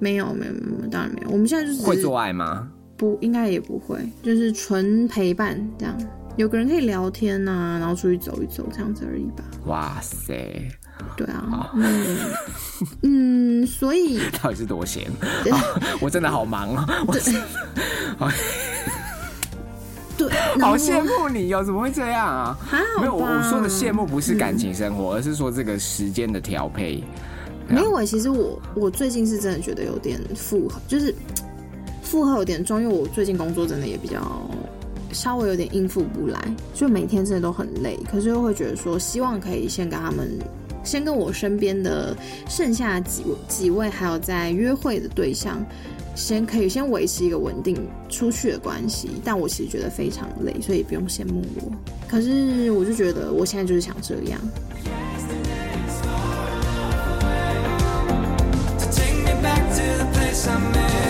Speaker 1: 没有，没有，没有，当然没有。我们现在就只是
Speaker 2: 会做啊爱吗？
Speaker 1: 不应该也不会，就是纯陪伴这样。有个人可以聊天呐、然后出去走一走这样子而已吧。
Speaker 2: 哇塞，
Speaker 1: 对啊，嗯嗯，所以
Speaker 2: 到底是多闲？ 我真的 好忙哦，我
Speaker 1: 对，然后
Speaker 2: 好羡慕你哦，怎么会这样啊？
Speaker 1: 还好吧
Speaker 2: 没有，我我说的羡慕不是感情生活，而是说这个时间的调配。
Speaker 1: 没有欸，其实我我最近是真的觉得有点负荷，就是负荷有点重，因为我最近工作真的也比较稍微有点应付不来，就每天真的都很累，可是又会觉得说，希望可以先跟他们，先跟我身边的剩下几几位还有在约会的对象，先可以先维持一个稳定出去的关系。但我其实觉得非常累，所以不用羡慕我。可是我就觉得我现在就是想这样，
Speaker 3: So take me back to the place I met.